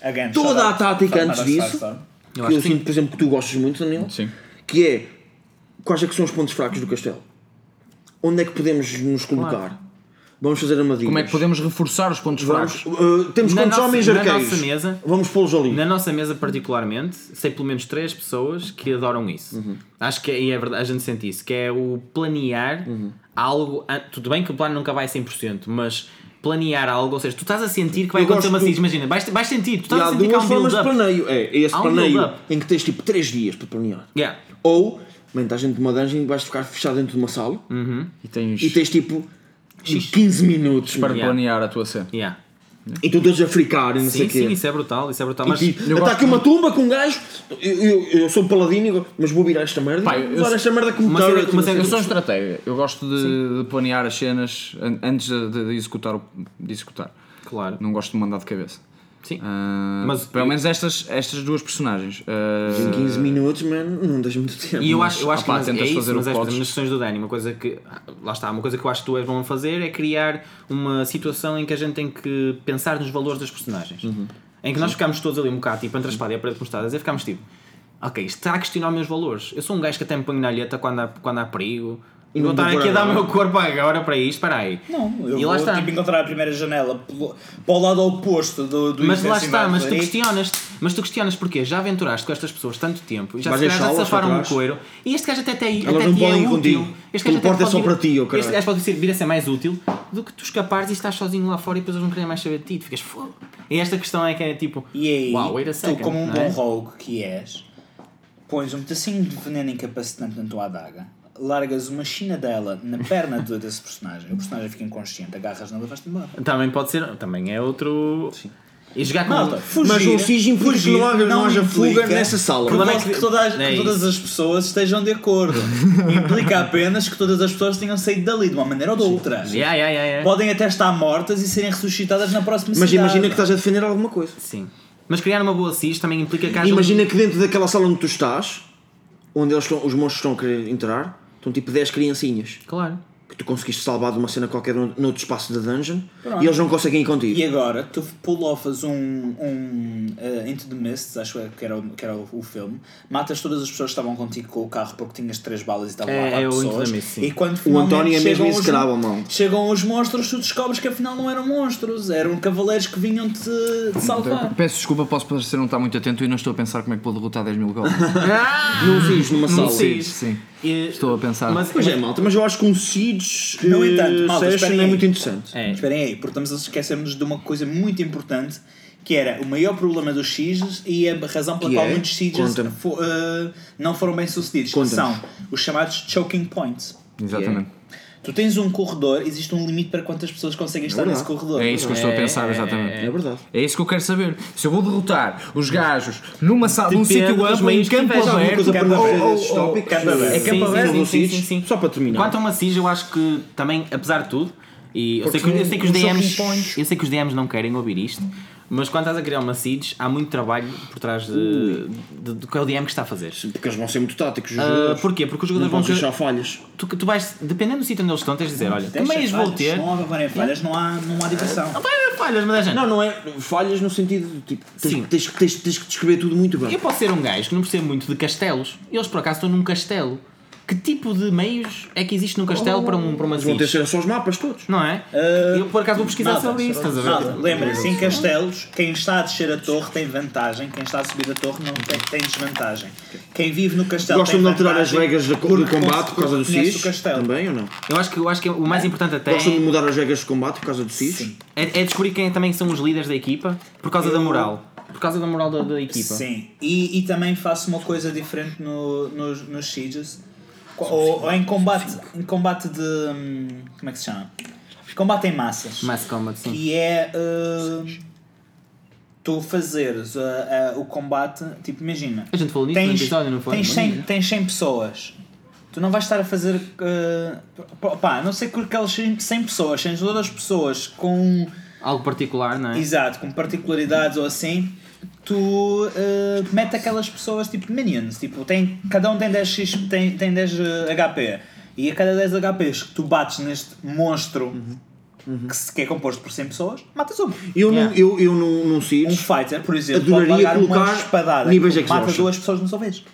Again,
toda
shout
a
out.
tática
Shout
antes
out, shout
disso.
out.
Eu
que
acho
eu
que sim.
sinto, por exemplo, que tu gostas muito, Daniel,
Sim.
que é quais é que são os pontos fracos do castelo? Onde é que podemos nos colocar? Vamos fazer armadilhas.
Como é que podemos reforçar os pontos
Vamos,
fracos?
uh, temos
Na
quantos
nossa-
homens
na
arqueiros?
nossa mesa-
Vamos pô-los ali.
Na nossa mesa, particularmente, sei pelo menos três pessoas que adoram isso.
Uhum.
Acho que e é verdade, a gente sente isso, que é o planear
Uhum.
algo. an- Tudo bem que o plano nunca vai 100%, mas planear algo, ou seja, tu estás a sentir que vai
Eu
acontecer
gosto
uma
do-
cisma, imagina, vais, vais sentir, tu
E
estás
há
a sentir que há
duas
um
formas de
build-up.
planeio. É, é esse
Há um
planeio
build-up.
em que tens tipo 3 dias para planear.
Yeah.
Ou, man, estás dentro de uma dungeon e vais ficar fechado dentro de uma sala
Hum.
E tens
e tens tipo 15 minutos
para
man.
Yeah.
planear a tua cena.
Yeah.
e tu todos a fricar e não sei
Sim,
o quê.
sim, isso é brutal, isso é brutal.
E
Mas
tipo,
eu
ataca
gosto
uma tumba com um gajo. Eu, eu, eu sou um paladino, e go- mas vou virar esta merda.
Pá,
Pá,
eu-
vou usar esta merda como
Mas era-
turret.
mas
não sei o
Eu
era-
quê.
sou um estratégia, eu gosto de, de planear as cenas an- antes de, de- de executar. o- De executar.
Claro.
Não gosto de mandar de cabeça.
Sim.
Ah,
Mas-
pelo menos estas, estas duas personagens. Ah,
Em 15 minutos, mano, não tens muito tempo.
E eu acho, eu acho
Ah
que
pá,
mas é
tentas
isso,
fazer o
mas é,
que
por
podes.
exemplo, nas sessões do Dani, uma coisa que lá está, uma coisa que eu acho que tu és bom a fazer é criar uma situação em que a gente tem que pensar nos valores dos personagens. Em que nós ficámos todos ali um bocado tipo entre a espada e a parede como está a dizer, ficámos tipo, ok, isto está a questionar os meus valores. Eu sou um gajo que até me ponho na alheta quando há, quando há perigo. E vou
não
estar
vou
aqui a
para
dar o
nada.
meu corpo agora para isto, para aí.
Não, eu
e lá
vou
está.
tipo, encontrar a primeira janela pelo- para o lado oposto do, do
Mas lá
exército
está, mas tu
é
invadir.
questionas mas tu questionas porquê? Já aventuraste com estas pessoas tanto tempo e já
Vais
se calhar já
deixá-las
safaram
para
um
trás?
coiro e este gajo até, até, até
Elas não
te é
podem ir
útil.
contigo.
Este
O
gajo
teleporte
até
é
pode
só
vir-
para ti, ó caralho.
Este gajo pode ser- vir a ser mais útil do que tu escapares e estás sozinho lá fora e depois eles não querem mais saber de ti. Tu ficas fogo. E esta questão é que é tipo,
E aí,
wow, wait a second.
tu, como um
não
bom
é?
rogue que és, pões um pedacinho de veneno incapacitante na tua adaga, largas uma china dela na perna do- desse personagem, o personagem fica inconsciente, agarras nela e vais-te embora.
Também pode ser, também é outro. E jogar com
tá,
Malta, fugir,
Mas o sigilo implica que não haja- não haja fuga
implica
nessa sala.
Que,
O
problema é
todas-
que-
que todas,
é
que todas as pessoas estejam
*laughs*
de acordo. implica apenas que todas as pessoas tenham saído dali de uma maneira ou de outra.
Yeah, yeah, yeah, yeah.
Podem até estar mortas e serem ressuscitadas na próxima
Mas
cidade.
imagina que estás a defender alguma coisa.
Sim. Mas criar uma boa CIS também implica que haja um-
Imagina que dentro daquela sala onde tu estás, onde eles estão- os monstros estão a querer entrar, estão tipo 10 criancinhas
Claro.
que tu conseguiste salvar de uma cena qualquer no- noutro espaço da dungeon e eles não conseguem ir contigo.
E é- agora, tu pull-offas um, um uh, Into the Mists, acho que era, o- que era o, o filme, matas todas as pessoas que estavam contigo com o carro porque tinhas três balas e estavam
É,
lá quatro
é o Into the
pessoas.
Mists, sim.
e quando
O
finalmente
António é mesmo
chegam os-
execrável, mano.
Chegam os monstros, tu descobres que afinal não eram monstros, eram cavaleiros que vinham te te salvar.
Peço desculpa, posso parecer não estar muito atento e não estou a pensar como é que vou derrotar 10 mil
*laughs*
gols.
Não siege numa sala.
siege.
Sim.
E-
Estou a pensar.
Mas,
Pois é, malta, mas eu acho que um siege
No
eh,
entanto, malta,
session
esperem
é
aí.
muito interessante.
É.
Esperem aí, porque estamos a esquecermos de uma coisa muito importante que era o maior problema dos Siges e a razão pela
Que
qual
é?
muitos Siges
Conta-me.
fo- uh, não foram bem sucedidos, que
Conta-nos.
são os chamados choking points.
Exatamente.
Tu tens um corredor, existe um limite para quantas pessoas conseguem estar
verdade.
nesse corredor.
É isso que eu estou a pensar, exatamente.
É verdade.
É isso que eu quero saber. Se eu vou derrotar os gajos numa sala,
Tipo
num
Depende
sítio
dos
amplo, em
meios que
campo
é?
tiveres.
Alguma
aberto,
coisa para
Campo
dizer
aberto.
desses tópicos?
Campo aberto.
É
Sim,
campo
sim,
aberto
sim,
do
sim,
siege?
sim, sim.
Só para terminar.
Quanto a uma CIS, eu acho que também, apesar de tudo, e eu sei, que,
Porque
eu sei que os
não são
DMs,
rimpões.
eu sei que os DMs não querem ouvir isto, mas quando estás a criar uma CIS, há muito trabalho por trás de, de- do que é o DM que está a fazer.
Porque eles vão ser muito táticos. os
Ah,
jogadores.
porquê? Porque os
Não
jogadores vão
vão
querer.
deixar falhas.
Tu, tu vais, dependendo do sítio onde eles estão, tens de dizer: olha, também as
Deixa
vou
falhas,
ter.
Não há varem falhas, não há, não há diversão.
Não vai haver falhas, mas é gente.
Não, não é falhas no sentido de tipo. Tens,
Sim.
tens- tens- tens que descrever tudo muito bem.
Eu posso ser um gajo que não percebo muito de castelos. Eles por acaso estão num castelo. que tipo de meios é que existe num castelo para, um, para uma
Mas vão ter
desiste?
que ser só os mapas todos.
Não é?
Ah,
Uh,
eu por acaso vou pesquisar
Malta,
sobre isso, estás a ver?
malta, Lembrem-se, em castelos, quem está a descer a torre tem vantagem, quem está a subir a torre não tem, tem desvantagem. Quem vive no castelo
Gostam
tem
de alterar as
vantagem
regras do do
porque
combate
conhece-
por causa do
conhece o
SIS?
castelo.
Também ou não?
Eu acho que, eu acho que é o mais importante até
Gostam de
é,
mudar as regras de combate por causa do SIS?
Sim.
é descobrir quem também são os líderes da equipa por causa da moral. Por causa da moral da, da equipa.
Sim, e, e também faço uma coisa diferente no, nos, nos Sieges. Co- Ou, ou em combate, em combate de. hum, Como é que se chama? Combate em massas.
Mass Combat, sim.
Que é. hum, tu fazeres uh, uh, o combate. Tipo, imagina.
A gente falou nisso no episódio, não foi?
Tens
Não
100,
lembro.
tens 100 pessoas. Tu não vais estar a fazer. Uh, pá, pá, a não sei que aquelas 100 100 pessoas, 100 outras pessoas com.
Algo particular,
Né?
não é?
Exato, com particularidades ou assim, tu eh, mete aquelas pessoas tipo minions, tipo, tem, cada um tem 10, X, tem, tem 10 eh, HP. E a cada 10 HPs que tu bates neste monstro
Uhum.
Que, se- que é composto por 100 pessoas, matas um.
Eu, não,
Yeah.
eu, eu não, não
Um
SIS.
fighter, por exemplo,
Adoraria
pode largar uma
colocar
espadada
níveis
que
de
mata
exhaustion.
duas pessoas de uma só vez.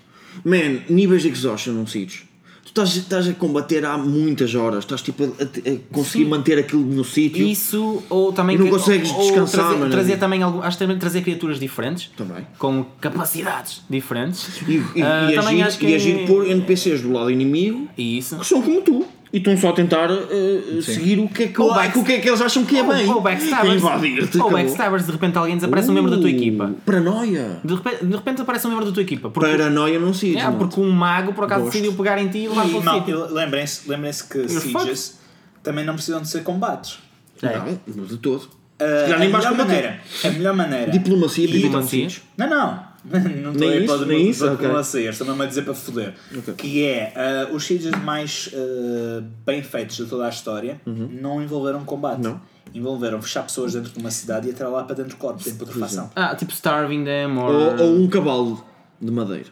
Man, níveis de exhaustion num SIS. Tu estás, estás a combater há muitas horas, estás tipo a, a- a conseguir
Sim.
manter aquilo no sítio.
Isso, ou também.
E não
que-
consegues
ou
descansar,
trazer,
mano.
trazer também algum, Acho que também trazer criaturas diferentes.
Também.
Com capacidades diferentes.
E, e,
Ah,
e agir,
também acho que-
e agir por NPCs do lado inimigo
E isso.
que são como tu e estão só a tentar eh, eh, seguir o que, é que,
Ou
o,
back-
o que é que eles acham que é bem.
Ou
Para
backstabbers.
invadir-te.
Ou
acabou.
backstabbers, de repente alguém desaparece um membro da tua
Uh,
equipa.
Paranoia.
De repente, de repente aparece um membro da tua equipa. Porque,
Paranoia não se diz.
É, porque um mago por acaso
Gosto.
decidiu pegar em ti e levar
E,
para o
mal-
sítio.
e Lembrem-se lembrem que
You're
sieges também não precisam de ser combates.
É.
Não, não de todo.
Eh,
Já
a,
nem vais
melhor
combater.
maneira, a melhor maneira.
Diplomacia,
Diplomacia.
diplomacia.
Não, não. *laughs* Não estou
Nem
aí
isso,
para o
nem isso,
para
ok.
diplomacia, estou mesmo a dizer para foder.
Ok.
Que é ah, os sítios mais ah, bem feitos de toda a história não envolveram combate.
Não.
Envolveram fechar pessoas dentro de uma cidade e atirar lá para dentro do corpo, em putrefação.
Ah, tipo Starving Them or.
Ou, ou um cavalo de madeira.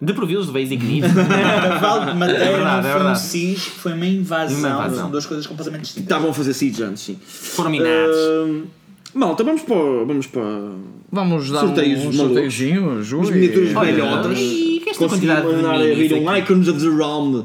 Deprovi-los de Basic Needs.
*laughs*
Cavalo de madeira
É verdade,
não
é
foi um
verdade.
cis, foi uma invasão.
Uma invasão.
São duas coisas completamente distintas.
Estavam a fazer siege antes, sim.
Foram minados.
Ahm, malta, vamos para. o- Vamos para...
Vamos dar
Sorteios
um, um
malucos.
sorteiozinho,
As
Júlio.
miniaturas
Olha,
velhotas.
ei, que esta
Consegui
quantidade de
mandar a
minis
vir um
aqui.
Icons of the Realm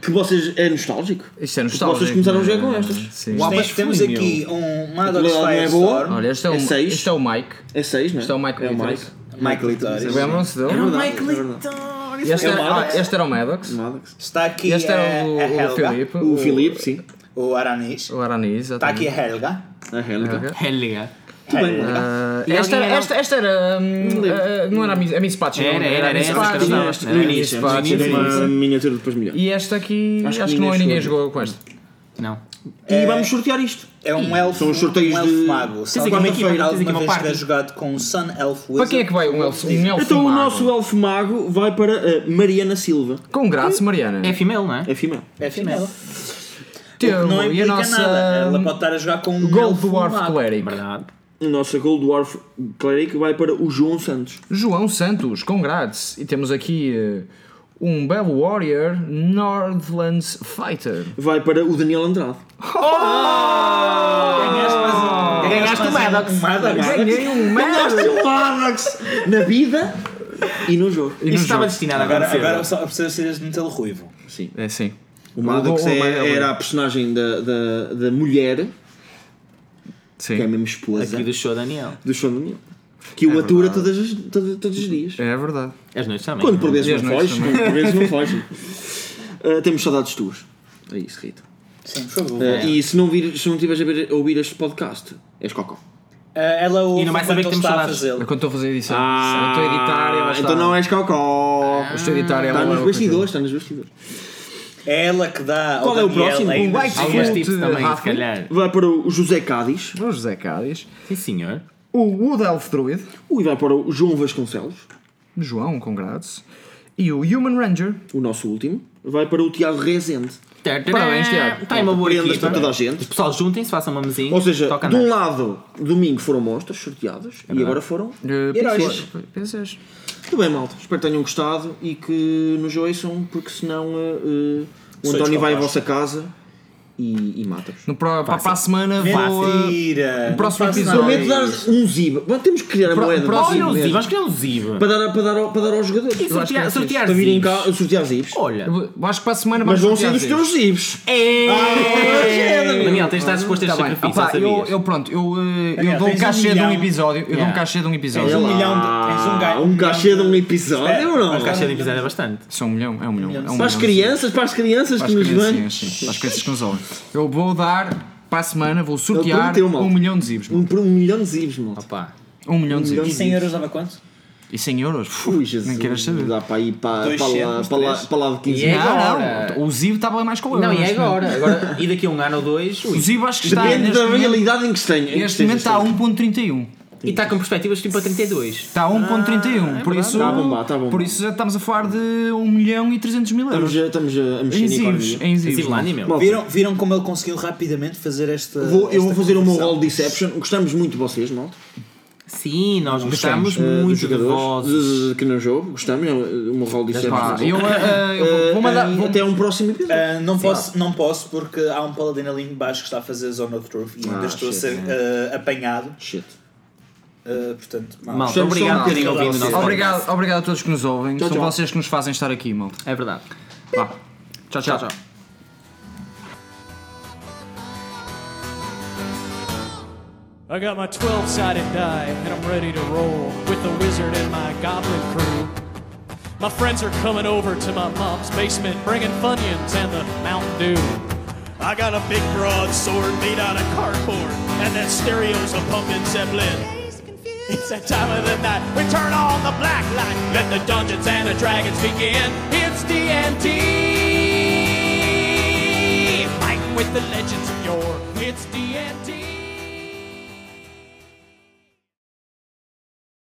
que vocês. é nostálgico.
Isto é
Porque
nostálgico.
Vocês começaram a jogar com
não é?
estas.
Sim.
Uau,
Tem-
mas
temos
fui,
aqui um Maddox
Não é boa?
Firestorm.
Olha, este é, o,
É seis.
este é o Mike.
É 6, não é?
Isto é o Mike
É o Mike.
Littles.
Mike Littles.
Littles.
Lembram-se dele?
É verdade,
Mike
é verdade.
Este,
É o
era-
Maddox.
ah, este era o Maddox.
Maddox.
Está aqui
Este
a,
era o,
a
o
Helga,
Filipe.
O Filipe, sim.
o Aranis.
O Aranis,
Tá
Está aqui a Helga.
A Helga.
Helga.
Helga.
Ah,
E
esta,
alguém
era,
era-
esta, esta era. hum, ah, não era a Miss, a Miss Patch,
Era,
não,
era,
a Miss
era,
Patch,
mas
não,
não,
era
Ah, No
a Miss
início,
Patch,
antes de
era a
uma
Miss-
miniatura depois melhor.
E esta aqui.
Acho
Acho,
que
que não
ninguém
ninguém
jogou.
jogou com esta.
Não.
E vamos sortear isto.
É um elfo,
São os sorteios
um elfo
de-
mago. Se
aqui uma
alguma
equipa, tens aqui
alguma
uma
vez
parte.
tiver jogado com um Sun Elf Wizard...
Para quem é que vai um elfo? Um elfo
Então o
mago?
nosso elfo mago vai para a Mariana Silva.
Com graça, Mariana.
É female, não é?
É fimel.
É femela.
Teu,
Não
e
implica
a nossa. hum,
nada. Ela pode estar a jogar com um
Gold
elfo
Dwarf
mago.
Cleric.
é Verdade.
A nossa Gold Dwarf Cleric vai para o João Santos.
João Santos, congrats. E temos aqui eh, um belo Warrior Northlands Fighter.
Vai para o Daniel Andrade.
Ganhaste mais
É
um-
Ganhaste
mais
o Maddox.
Um Maddox.
Ganhei um
Ganhaste o Maddox na vida e no jogo.
E no
Isto estava
jogo?
destinado a
Agora,
acontecer.
agora só precisa ser de metê-lo ruivo.
Sim.
É sim.
O Maddox
O- o- o-
é- era a personagem da, da, da mulher, que é a
Sim.
mesma esposa,
Aqui do show Daniel.
do Sean Daniel. Que o atura todas as, todas- todos os dias.
É verdade.
As noites também.
Quando por vezes
Dias
não é?
noites
foge,
também.
quando por vezes não foge. Uh, temos saudades tuas. É isso, Rita.
Sim, por favor.
Uh, E se não, vir, se não tiveres a, ver- a ouvir este podcast, és cocó.
Eh, ela ouve
E não vai saber que
enquanto ele
temos
está a
saudades.
É
fazê-lo.
quando estou a fazer edição. eu Ah, estou a editar e ela está.
Ah, então não és cocó.
Eu Estou a editar é e ela
Está nos
vai-
bastidores, está nos bastidores.
É ela que dá ao
Qual é o
Daniel
próximo?
ainda-
Um White-
Alguns
Sim.
tipos também, se
Halfling.
calhar.
Vai para o José Cádiz.
O José Cádiz.
Sim, senhor.
O Wood Elf Druid.
E vai para o João Vasconcelos,
João, congrats. E o Human Ranger.
o nosso último. Vai para o Tiago Rezende.
Tá,
Parabéns, Tiago.
Está em É, Ah, uma boa
Prendas
equipa.
para toda a
Os
gente.
pessoal juntem-se, façam uma mesinha.
Ou seja,
toca
de um
andar.
lado, domingo foram monstros sorteados e agora foram
Eh,
heróis.
PCs. PCs.
Muito bem, malta. Espero que tenham gostado e que nos ouçam, porque senão eh, eh, o
Sois
António vai à
capazes.
vossa casa e, e mata-os.
No pro- para para a semana vou. uh,
Mentira!
o próximo
Não faço
episódio-
nada
Prometo dar
disso.
um Ziba. Bom, Temos que criar a
Pro-
moeda.
pro-
Sim,
Olha o
mesmo.
Zib, vamos criar um Zib.
Para dar, para, dar, para dar aos jogadores.
E
Eu acho que
sortear,
vai ser isso.
sortear
Para virem
Zibs.
cá eu sortear Zibs.
Olha.
eu eh, vou- acho que para a semana
Mas
vamos
vão ser
sortear É.
dos
zebras.
teus Ah, Zibs.
Daniel, tens de estar disposto a este
Tá bem.
sacrifício,
Opa,
sabias?
eu, eu pronto, eu, uh, eu
Daniel,
dou um
tens um
cachê de um
milhão.
episódio. Eu dou um
Yeah.
cachê de um
Tens
episódio.
um milhão de. Tens um
Ah,
ganho.
um cachê de um episódio
Espera, Um
ou não?
mas
Caixa de episódio é bastante.
São um milhão, é um milhão. é um
Para as
milhão,
crianças, para as crianças
Para
que
as
nos vêm.
criancinhas, sim. Para as crianças que nos ouvem. Eu vou dar para a semana, vou sortear
prometeu, malta.
um milhão de zibos.
Um, por um milhão de Zibs, mano.
Opa.
Um milhão de
milhão
zibos.
E 100 euros dava quanto?
E 100 euros? Puf,
Ui, Jesus.
nem queres saber.
Dá para ir para,
Dois
para, lá,
cêntimos,
para, lá,
três.
para lá de 15
E é
Não,
agora.
não, o zibo estava bem mais com o euro.
Não, e é
neste
agora.
momento.
agora. E daqui a um ano ou dois.
O
ui.
zibo acho que está.
Depende
neste
da
momento-
realidade em que estejam.
Neste momento está a 1.31.
E está com perspectivas tipo a 32.
Está Tá a 1.31. Por isso.
Tá bom, pá, tá bom,
Por
pá.
isso já estamos a falar de 1 milhão e 300 mil euros.
Estamos a, estamos a a mexer
Em
na
zibos.
economia.
Em
É
zibos.
Ziblani, meu.
Malta,
Viram, viram como ele conseguiu rapidamente fazer esta.
vou- eu vou
esta
fazer o meu
conversão?
rol de Deception. Gostamos muito de vocês, malta.
Sim, nós
Gostamos,
gostamos
Eh, dos
muito de
jogadores
vós.
de- de- que no jogo. Gostamos. é O meu rol de
Pá,
Deception.
eu, eh, eu
Eh,
vou mandar.
eh,
vou- Eh,
Até um próximo episódio.
Ah, não, posso, não posso porque há um paladino ali embaixo que está a fazer Zone of Truth e ainda
Ah,
estou a
shit,
ser ah, apanhado.
Shit.
Ah, portanto, mal.
Malta,
Gostamos
obrigado por
só um
terem
bocadinho
ouvido o nosso
Obrigado, obrigado a todos que nos ouvem.
Tchau,
São
tchau.
vocês que nos fazem estar aqui, malta.
podcast. É verdade.
Vá. tchau. tchau.
I got my 12 sided die and I'm ready to roll with the wizard and my goblin crew. My friends are coming over to my mom's basement bringing Funyuns and the Mountain Dew. I got a big broadsword made out of cardboard and that stereo's a pumpkin zeppelin. It's that time of the night. We turn on the black light. Let the dungeons and the dragons begin. It's D&D. Fighting with the legends of yore. It's D&D.